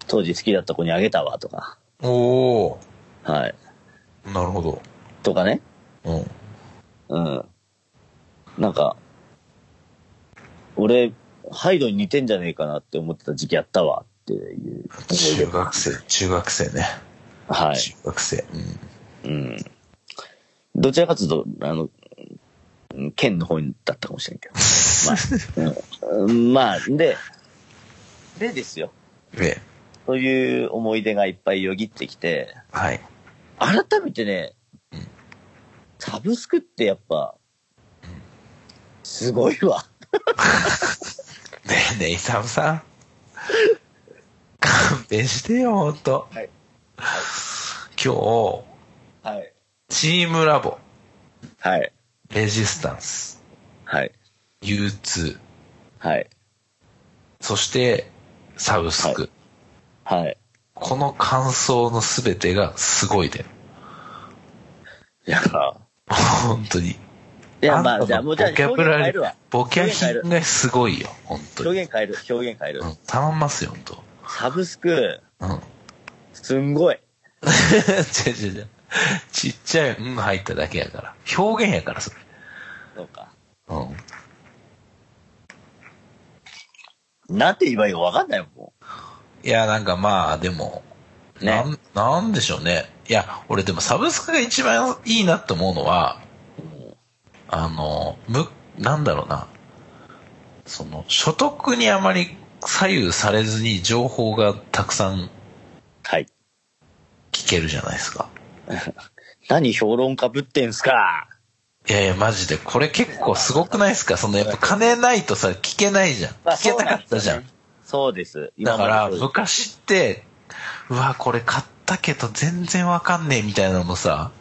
B: 当時好きだった子にあげたわ、とか、
A: おお。
B: はい、
A: なるほど。
B: とかね、
A: うん。
B: うん。なんか、俺、ハイドに似てんじゃねえかなって思ってた時期あったわ、っていう思い出
A: 中学生、中学生ね。
B: はい。
A: 中学生。うん。
B: うん。どちらかというと、あの、うん県の方だったかもしれんけど。
A: [laughs]
B: うんまあ、で、でですよ。
A: ね。
B: そういう思い出がいっぱいよぎってきて、
A: はい。
B: 改めてね
A: うん、
B: サブスクってやっぱ、すごいわ。
A: ねえねえ、イサム
B: [laughs]
A: さん。勘弁してよ、ほんと。
B: はい。
A: 今日、
B: はい。
A: チームラボ、
B: はい。
A: レジスタンス、
B: はい。
A: U2、
B: はい。
A: そして、サブスク。
B: はい。
A: この感想のすべてがすごいで。
B: いや、
A: 本当に。
B: いや、ま
A: ん
B: あ、
A: た
B: じゃあ、
A: の
B: もうじゃあ、
A: ボキャ
B: 表
A: ブラ
B: 現変え
A: リ
B: る
A: ー
B: わ。、
A: ボキャヒンがすごいよ、本当に。
B: 表現変える、表現変える
A: う。ん、頼みますよ、本当。
B: サブスク、 [laughs]
A: うん。
B: すんごい。
A: 違う違う違う。ちっちゃい、うん入っただけやから。表現やから、それ。
B: そうか。
A: うん。
B: なんて言えばいいかわかんないもんも
A: いや、なんかまあ、でも、
B: ね
A: なん、なんでしょうね。いや、俺でもサブスクが一番いいなと思うのは、あの、む、なんだろうな。その、所得にあまり左右されずに情報がたくさん
B: う。はい。
A: 聞けるじゃないですか。
B: 何評論家ぶってんすか
A: いやいや、マジで、これ結構すごくないですかその、やっぱ金ないとさ、聞けないじゃん。
B: まあ
A: 聞けなかったじゃん。
B: そうです。
A: だから、
B: 今までそうで
A: 昔って、うわ、これ買ったけど全然わかんねえみたいなのもさ、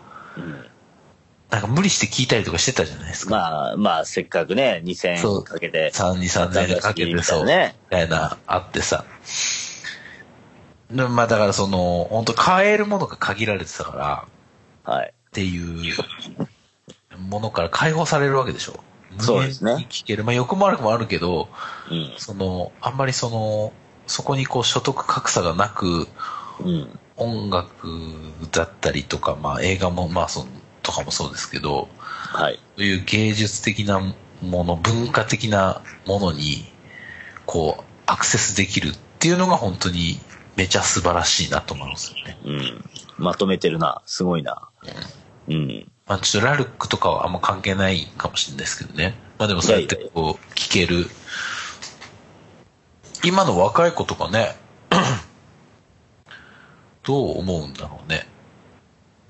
A: なんか無理して聞いたりとかしてたじゃないです
B: す
A: か。
B: まあ、まあ、せっかくね、
A: そ
B: 2000
A: う
B: かけて。
A: 3、2、3年かけてそう、み
B: ね
A: たいな、あってさ。でまあだからその、本当買えるものが限られてたから、
B: はい。
A: っていうものから解放されるわけでしょ。
B: そうですね
A: 無限に聞ける。まあ欲も悪くもあるけど、
B: うん。
A: その、あんまりその、そこにこう所得格差がなく、
B: うん。
A: 音楽だったりとか、まあ映画も、まあその、とかもそうですけど、
B: はい。
A: そういう芸術的なもの、文化的なものに、こう、アクセスできるっていうのが本当にめちゃ素晴らしいなと思うんですよね。
B: うん。まとめてるな。すごいな。うん。
A: まあちょっとラルクとかはあんま関係ないかもしれないですけどね。まあでもそうやってこう、聞ける、今の若い子とかね、 [clears throat] どう思うんだろうね。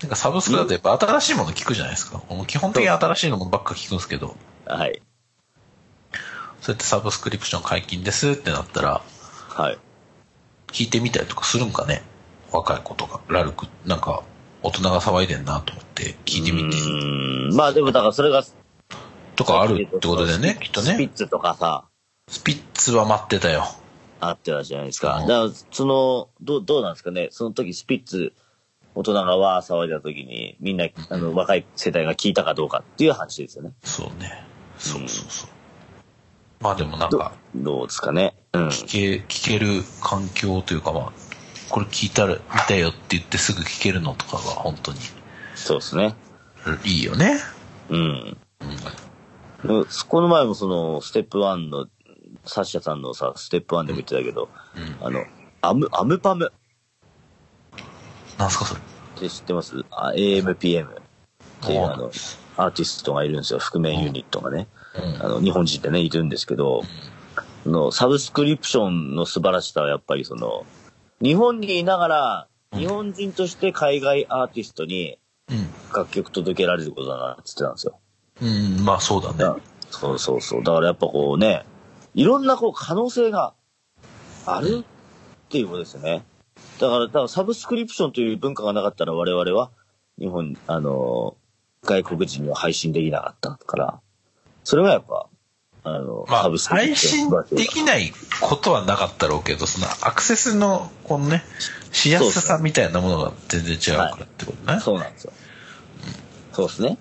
A: なんかサブスクだとやっぱ新しいもの聞くじゃないですか。もう基本的に新しいのばっか聞くんですけど、
B: はい。
A: そうやってサブスクリプション解禁ですってなったら、
B: はい。
A: 聞いてみたりとかするんかね。若い子とか、ラルク、なんか、大人が騒いでんなと思って聞いてみて、
B: うーんまあでもだからそれが、
A: とかあるってことだよね、きっと
B: スピ
A: ね
B: ッ。ツとかさ、
A: スピッツは待ってたよ。
B: あってたじゃないですか。
A: うん
B: だから、その、どう、どうなんですかね。その時スピッツ、大人がわー騒いだ時に、みんな、あの、若い世代が聞いたかどうかっていう話ですよね。
A: そうね。
B: う
A: そ
B: ん
A: うそうそう。まあでもなん
B: ど
A: か、
B: どうですかね。うん。
A: 聞け、聞ける環境というかまあ、これ聞いたら、見たよって言ってすぐ聞けるのとかが本当に
B: そうですね。
A: いいよね。
B: うん。
A: うん。
B: でこの前もその、ステップワンの、サッシャさんのさ、ステップワンでも言ってたけど、
A: うん。
B: あの、アム、アムパム
A: なんすかそれ。
B: って知ってますあ ?AMPM っていうあの、アーティストがいるんですよ。覆面ユニットがね。
A: うん
B: あの、日本人でね、いるんですけど、あの、サブスクリプションの素晴らしさはやっぱりその、日本にいながら、
A: うん
B: 日本人として海外アーティストに
A: う
B: 楽曲届けられることだなって言ってたんですよ。
A: ん。うん、まあそうだね。
B: そうそうそう。だからやっぱこうね、いろんなこう可能性があ
A: うん
B: るっていうことですよね。だから、だからサブスクリプションという文化がなかったら我々は日本、あの、外国人には配信できなかったから、それはやっぱ、あの、
A: ま
B: サ
A: あ
B: ブ、スクリ
A: 配
B: プション
A: 信
B: の素晴らしい
A: できないことはなかったろうけど、そのアクセスの、このね、しやすさみたいなものが全然違うからってことね。
B: そうなんですよ。そうですね。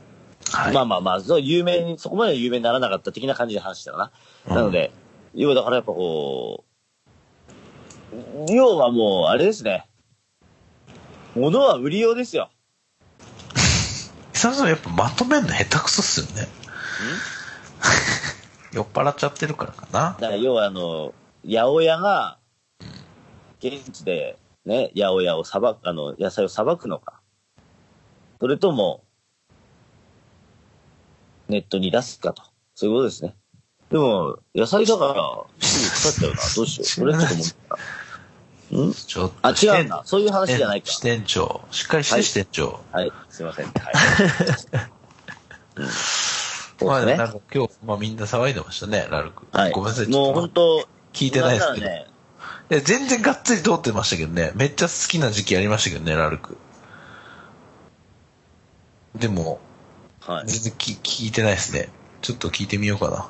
A: はい
B: まあまあまあ、そう有名に、そこまで有名にならなかった的な感じの話だな。
A: うん
B: なので、要はだからやっぱこう、要はもう、あれですね。物は売りようですよ。
A: 久々にやっぱまとめるの下手くそっすよね。
B: [laughs]
A: 酔っ払っちゃってるからかな。
B: だから要はあの、八百屋が、現地でね、八百屋をさばく、あの、野菜をさばくのか。それとも、ネットに出すかと。そういうことですね。でも、野菜だから、すぐ腐っちゃうな。どうしよう。それはちょっともった。ん
A: ちょっ
B: あ、
A: と支
B: 違う
A: 店。
B: な。そういう話じゃないか。
A: 支店長。しっかりし
B: は
A: て
B: い
A: 支店長。
B: はい、すいま
A: [laughs]
B: せん。はい。うん
A: ま
B: そう
A: あ
B: で
A: ね、
B: すね
A: なん。か今日、まあみんな騒いでましたね、ラルク。
B: はい。
A: ごめんなさい、ち
B: も
A: ょ
B: う
A: っと
B: 本当、
A: 聞いてないですけど。
B: なんならね
A: いや全然がっつり通ってましたけどね。めっちゃ好きな時期ありましたけどね、ラルク。でも、
B: はい。
A: 全然き聞いてないですね。ちょっと聞いてみようかな。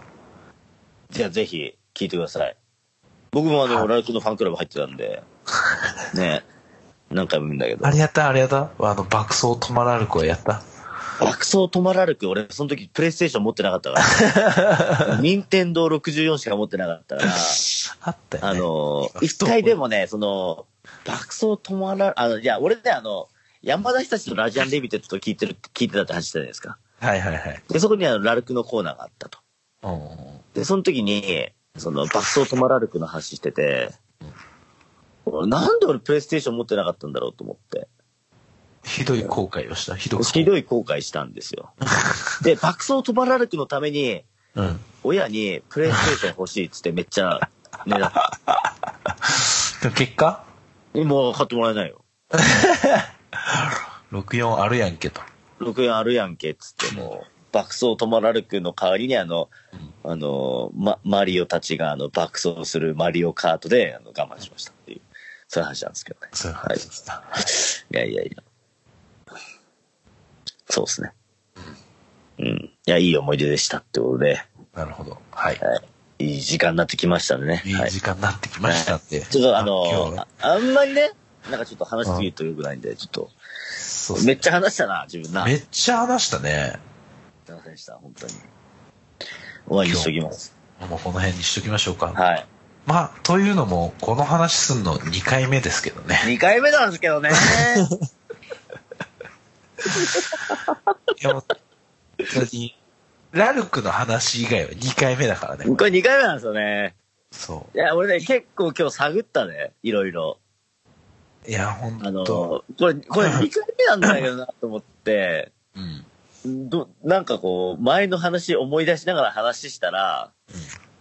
B: じゃあぜひ聞いてください。僕もあの、
A: はい
B: ラルクのファンクラブ入ってた
A: [laughs]
B: んで、ね、何回も見るんだけど
A: あ。れやったあれやったあの、爆走止まらる子はやった
B: 爆走止まらるく、俺その時プレイステーション持ってなかっ
A: [laughs]
B: たから。任天堂64しか持ってなかったから、
A: あったよ
B: あ
A: ね。 [laughs]
B: の、
A: ふと
B: 一回でもね、その、爆走止まら、あの、いや、俺ね、あの、山田久志のラジアンレビテッドと聞いてる、聞いてたって話したじゃないですか。
A: はいはいはい。
B: で、そこにあの、ラルクのコーナーがあったと。
A: うん
B: で、その時に、その、爆走止まらるくの話してて、俺なんで俺プレイステーション持ってなかったんだろうと思って、
A: ひどい後悔をした。ひどい後悔。
B: ひどい後悔したんですよ。
A: [laughs]
B: で、爆走止まらるくのために、
A: うん。
B: 親にプレイステーション欲しいっつってめっちゃ、ねだ
A: [laughs]
B: った。
A: でも結果
B: もう買ってもらえないよ。
A: 64あるやんけと。
B: 64あるやんけっつってもう、爆走止まらるくの代わりにあの、あの、ま、マリオたちがあの爆走するマリオカートであの我慢しましたっていう、そういう話なんですけどね。
A: そういう話ですな。
B: いやいやいや。そうですね。うん。いや、いい思い出でしたってことで、
A: なるほど。はい。
B: はい。いい時間になってきましたんでね。
A: いい
B: はい。
A: 時間になってきましたって。
B: ちょっとあ
A: 今日
B: の
A: は
B: あ、あんまりね、なんかちょっと話しすぎると良くないんで、ちょっと、
A: そうっす
B: め
A: ね
B: っちゃ話したな、自分な。
A: めっちゃ話したね。
B: すいませんでした、本当に。終わりにしときます。
A: もうこの辺にしときましょうか。
B: はい。
A: まあ、というのも、この話すんの2回目ですけど
B: [laughs]
A: ね。
B: 2回目なんです
A: [laughs]
B: けどね。
A: いや、本当に、ラルクの話以外は2回目だからね。
B: これ2回目なんですよね。
A: そ
B: いや、俺ね、結構今日探ったね、いろいろ。
A: う。いや、ほん
B: あの、
A: と。
B: これ、これ2回目なんだけどなと思って、
A: うん。
B: ど、なんかこう、前の話思い出しながら話したら、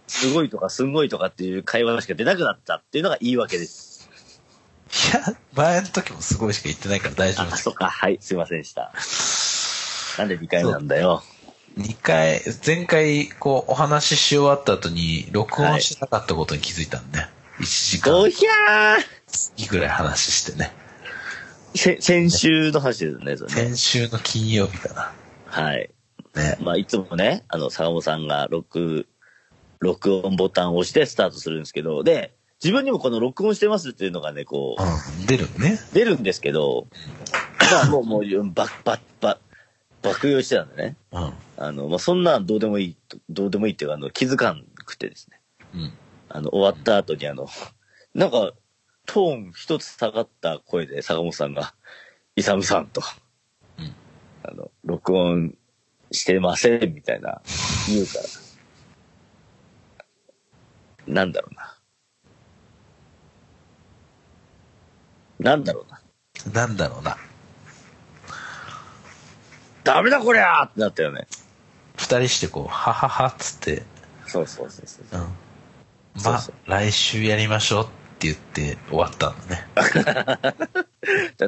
B: すごいとかすんごいとかっていう会話しか出なくなったっていうのが言い訳です。
A: や、前の時もすごいしか言ってないから大丈夫
B: あ、
A: です
B: そ。っか。はい。すいませんでした。なんで2回目なんだよ。
A: 二回、前回、こう、お話しし終わった後に、録音してなかったことに気づいたんで、1時間
B: おひゃー
A: いいぐらい話してね。
B: せ先週の話ですね、それね。
A: 先週の金曜日か
B: はい。
A: な。ね。
B: まあ、いつもね、あの、坂本さんが録、録音ボタンを押してスタートするんですけど、で、自分にもこの録音してますっていうのがね、こう、
A: うん、出るね。
B: 出るんですけど、まあ、もう、もう、ば、ば、ば、爆用してたんでね。
A: うん。
B: あの、まあ、そんなんどうでもいいと、どうでもいいっていうか、あの、気づかんくてですね。
A: うん。
B: あの、終わった後にあの、 [laughs] なんか、トーン一つ下がった声で坂本さんが、イサムさんと、
A: うん
B: あの、録音してませんみたいな言うから、なんだろうな。なんだろうな。
A: なんだろうな。
B: ダメだこりゃーってなったよね。
A: 二人してこう、はははっつって、
B: そうそうそうそう。
A: うん。
B: そ
A: ま
B: う
A: あ
B: そう、
A: 来週やりましょうって言って終わったのね。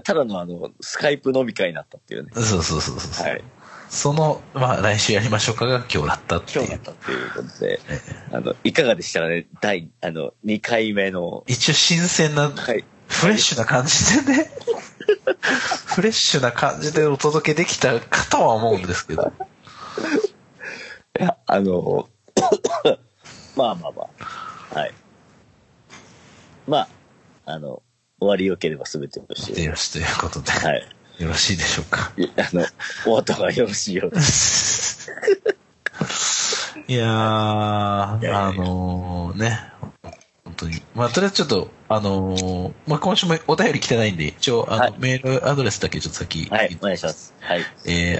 B: ただのあの、スカイプ飲み会になったっていうね。
A: そうそうそうそう。
B: はい。
A: その、まあ、来週やりましょうかが今日だったって
B: 今
A: い
B: 日だっ
A: う。
B: たっていうことで、
A: え
B: あの、いかがでしたかね第、あの、2回目の、
A: 一応新鮮な、
B: はい。
A: フレッシュな感じで [laughs] ね、フレッシュな感じでお届けできたかとは思うんですけど。
B: あの、 [coughs] まあまあまあ。はい。まあ、あの、終わりよければ全てよろし
A: で
B: い。
A: よろしということで、
B: はい。
A: よろしいでしょうか。
B: いあの、お後がよろしいようで。
A: いやー、あ
B: いやいやいや
A: のー、ね、本当に。まあ、とりあえずちょっと、あのー、まあ、今週もお便り来てないんで、一応、あの、
B: はい
A: メールアドレスだけちょっと先、
B: はい、お願いします。はい。
A: えー、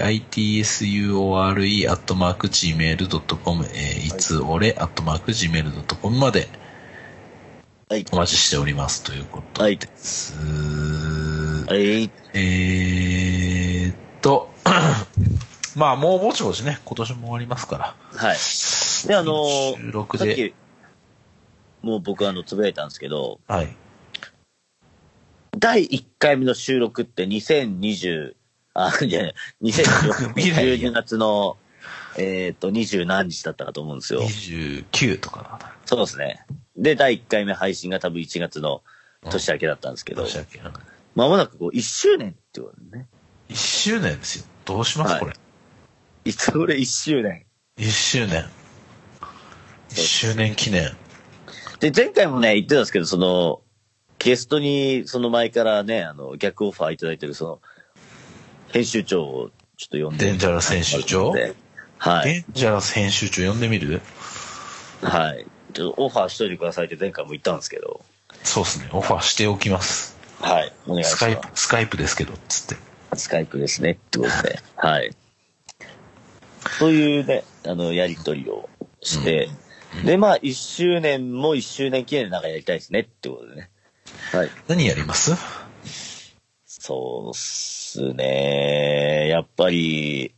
A: itsure.gmail.com、えー、いつ俺 .gmail.com まで
B: はい。
A: お待ちしておりますということ
B: はい。
A: です。
B: はい。
A: えーっと、 [coughs] まあもうぼちぼちね、今年も終わりますから。
B: はい。で、あのー
A: 収録
B: さっ
A: で。
B: き、もう僕あの、つぶやいたんですけど、
A: はい。
B: 第1回目の収録って2020、あ、いやいや、2016年12月の、えっ、と、20何日だったかと思うんですよ。
A: 29とかだ
B: そうですね。で、第1回目配信が多分1月の年明けだったんですけ
A: け
B: ど
A: ど、、年明け。
B: まもなくこう1周年ってことでね。
A: 1周年ですよ。どうします、
B: はい
A: これ。
B: いつ俺1周年。
A: 1周年。1周年記念。
B: で、前回もね、言ってたんですけど、その、ゲストに、その前からね、あの、逆オファーいただいてる、その、編集長をちょっと呼んで。
A: デンジャラス編集長
B: はい。
A: デンジャラス編集長呼んでみる
B: はい。ちょっとオファーしといてくださいって前回も言ったんですけど。
A: そうですね。オファーしておきます。
B: はい。お願いし
A: ス
B: ます。スカ
A: カ
B: イ
A: イプ、スカイプですけど、つって。
B: プ。スカイプですね。ってことで。 [laughs] はい。というね、あの、やりとりをして、で、まあ、1周年も1周年記念でなんかやりたいですね。ってことでね。はい。
A: 何やります
B: そうっすね。やっぱり、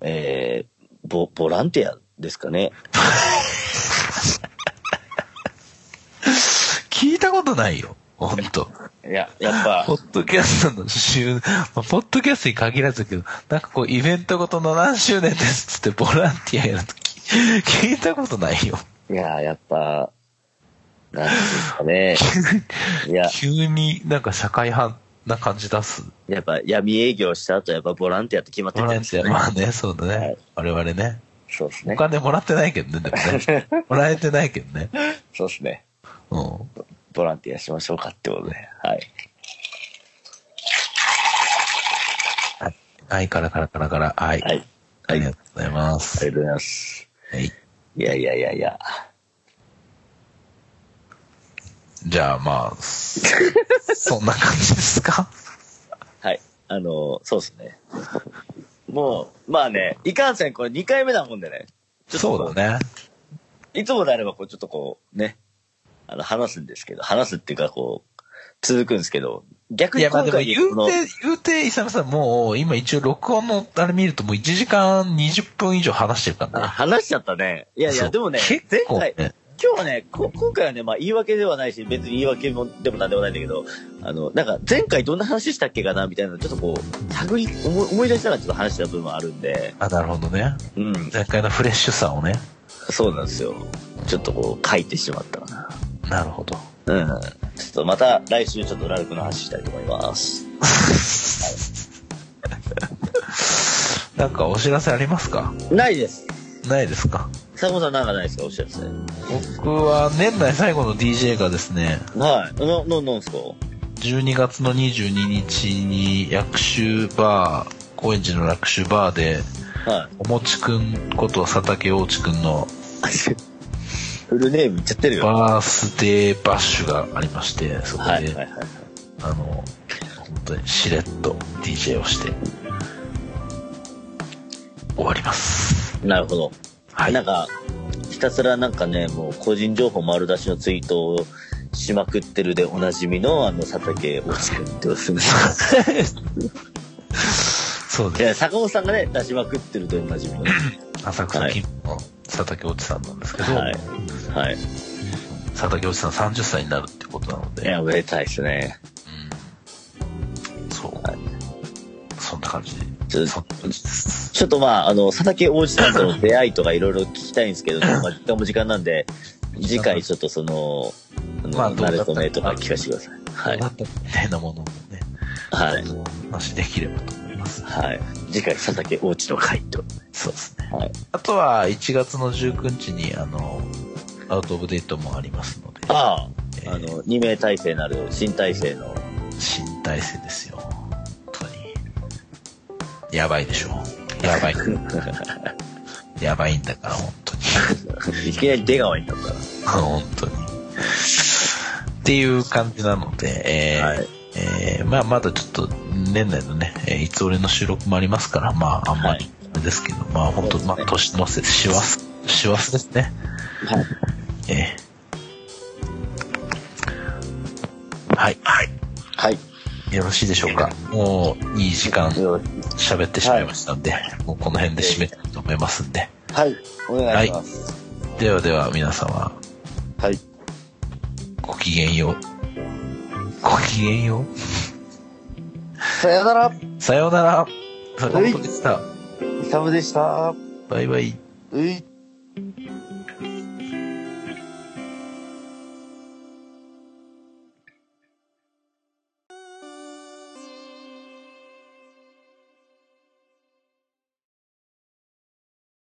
B: えー、ボ、ボランティアですかね。
A: 聞いたことないよ。ほんと。
B: いや、やっ [laughs] ぱ
A: ポ、ッドキャストの [laughs] 週、まあ、ポッドキャストに限らずだけど、なんかこう、イベントごとの何周年ですっつってボランティアやるとき、聞いたことないよ。
B: いや、やっぱ、なんていうんですかね。いや、
A: 急になんか社会派な感じ出す。
B: やっぱ闇営業した後やっぱボランティアって決まって
A: ボ
B: るじゃ
A: ラ
B: ない
A: ン
B: で
A: テ
B: す
A: ィア、
B: か、
A: まあね、そうだね。
B: はい
A: 我々ね。
B: そうです
A: お
B: ね。
A: 金もらってないけどね、でも
B: [laughs]
A: ね。もらえてないけどね。
B: そうですね。
A: うん。
B: ボランティアしましょうかってことで。はい。
A: はい、からからからから、はい。
B: はい。あり
A: ありがとうございます。
B: がとうございます。
A: はい。
B: いやいやいやいや。
A: じゃあまあ、そそんな感じですか
B: はい。あの、そうですね。もう、まあね、いかんせんこれ2回目だもんでね。 [laughs] ちょっと
A: そうだね。
B: いつもであればこう、ちょっとこう、ね、あの、話すんですけど、話すっていうかこう、続くんですけど、逆
A: い
B: に
A: や、まあで
B: 今
A: も
B: 回
A: 言
B: この
A: うて、言うて、イサムさんもう、今一応録音のあれ見るともう1時間20分以上話してるから
B: あ
A: ね。
B: 話しちゃったね。いやい
A: そ
B: や、
A: う
B: でもね、
A: 結
B: 前
A: 構
B: 回、
A: ね。
B: 今日はね、こ今回はね、まあ言い訳ではないし、別に言い訳もでもなんでもないんだけど、あの、なんか前回どんな話したっけかな、みたいなのちょっとこう、探り、思い思い出しながらちょっと話した部分はあるんで、
A: あ、なるほどね。
B: うん、
A: 前回のフレッシュさをね。
B: そうなんですよ。ちょっとこう、書いてしまったかな。
A: なるほど。
B: うん。ちょっとまた来週ちょっとラルクの話したいと思います。
A: なんかお知らせありますか
B: ないです。
A: ないですか
B: 坂本さんなんかないですかおっしゃるです
A: 僕は年内最後の DJ がですね、
B: はい。な、な、なんですか
A: 12月の22日に薬州バー、高円寺の薬州バーで、
B: は
A: おもちくんこと佐竹大地くんの
B: い。 [laughs] フルネーム言っちゃってるよ。
A: バースデーバッシュがありまして、そこで、
B: はい、はい、はい。
A: あの、本当にしれっと DJ をして、終わります。
B: なるほど。
A: はい。
B: なんか、ひたすらなんかね、もう個人情報丸出しのツイートをしまくってるでおなじみの、あの、佐竹大地君っておすすめです。 [laughs]
A: そう
B: い
A: で
B: や、
A: す。
B: 坂本さんがね、出しまくってるでおなじみの。
A: 浅草金の佐竹おじさんなんですけど、
B: はい。はい。
A: 佐竹おじさん30歳になるってことなの
B: い
A: で、
B: や、おめでたいですね。
A: うんそう、
B: はい
A: そんな感じ。
B: ちょ
A: そんな感じです。
B: ちょっとまあ、あの、佐竹王子さんとの出会いとかいろいろ聞きたいんですけど、まあ、時間も時間なんで、次回ちょっとその、あの
A: まあどうだ
B: ナ
A: った
B: ル
A: のか
B: ト名とか聞かせてください。はい
A: どう。なったみたいなものもね、
B: はい。
A: お話できればと思います。
B: はい。次回、佐竹王子の回と。
A: そうですね。
B: はい。
A: あとは、1月の19日に、あの、アウトオブデートもありますので、
B: あ
A: え
B: あ、
A: ー
B: あの、2名体制なる新体制 [laughs] の、
A: 新体制ですよ。本当に。やばいでしょ。や
B: [laughs]
A: ばい。やばいんだから、本当に。
B: いきなり出川になったか
A: 本当に。っていう感じなので、えー
B: はい
A: えーまあまだちょっと年内のね、えーいつ俺の収録もありますから、まああんまりあれですけど、まあ本当、
B: そうです
A: ま
B: ね
A: あ年のせ、師走、師走ですね。
B: ら。はい。
A: えーはい。はい。
B: はい。
A: よろしいでしょうか。もういい時間
B: よろ
A: 喋ってしまいましたんで、もうこの辺で締めたいと思いますんで。
B: はい。お願いします。
A: ではでは皆様、
B: はい。
A: ごきげんよう。ごきげんよう。
B: さよなら、
A: さようなら。坂本でした。
B: イサムでした。
A: バイバイ。
B: うい。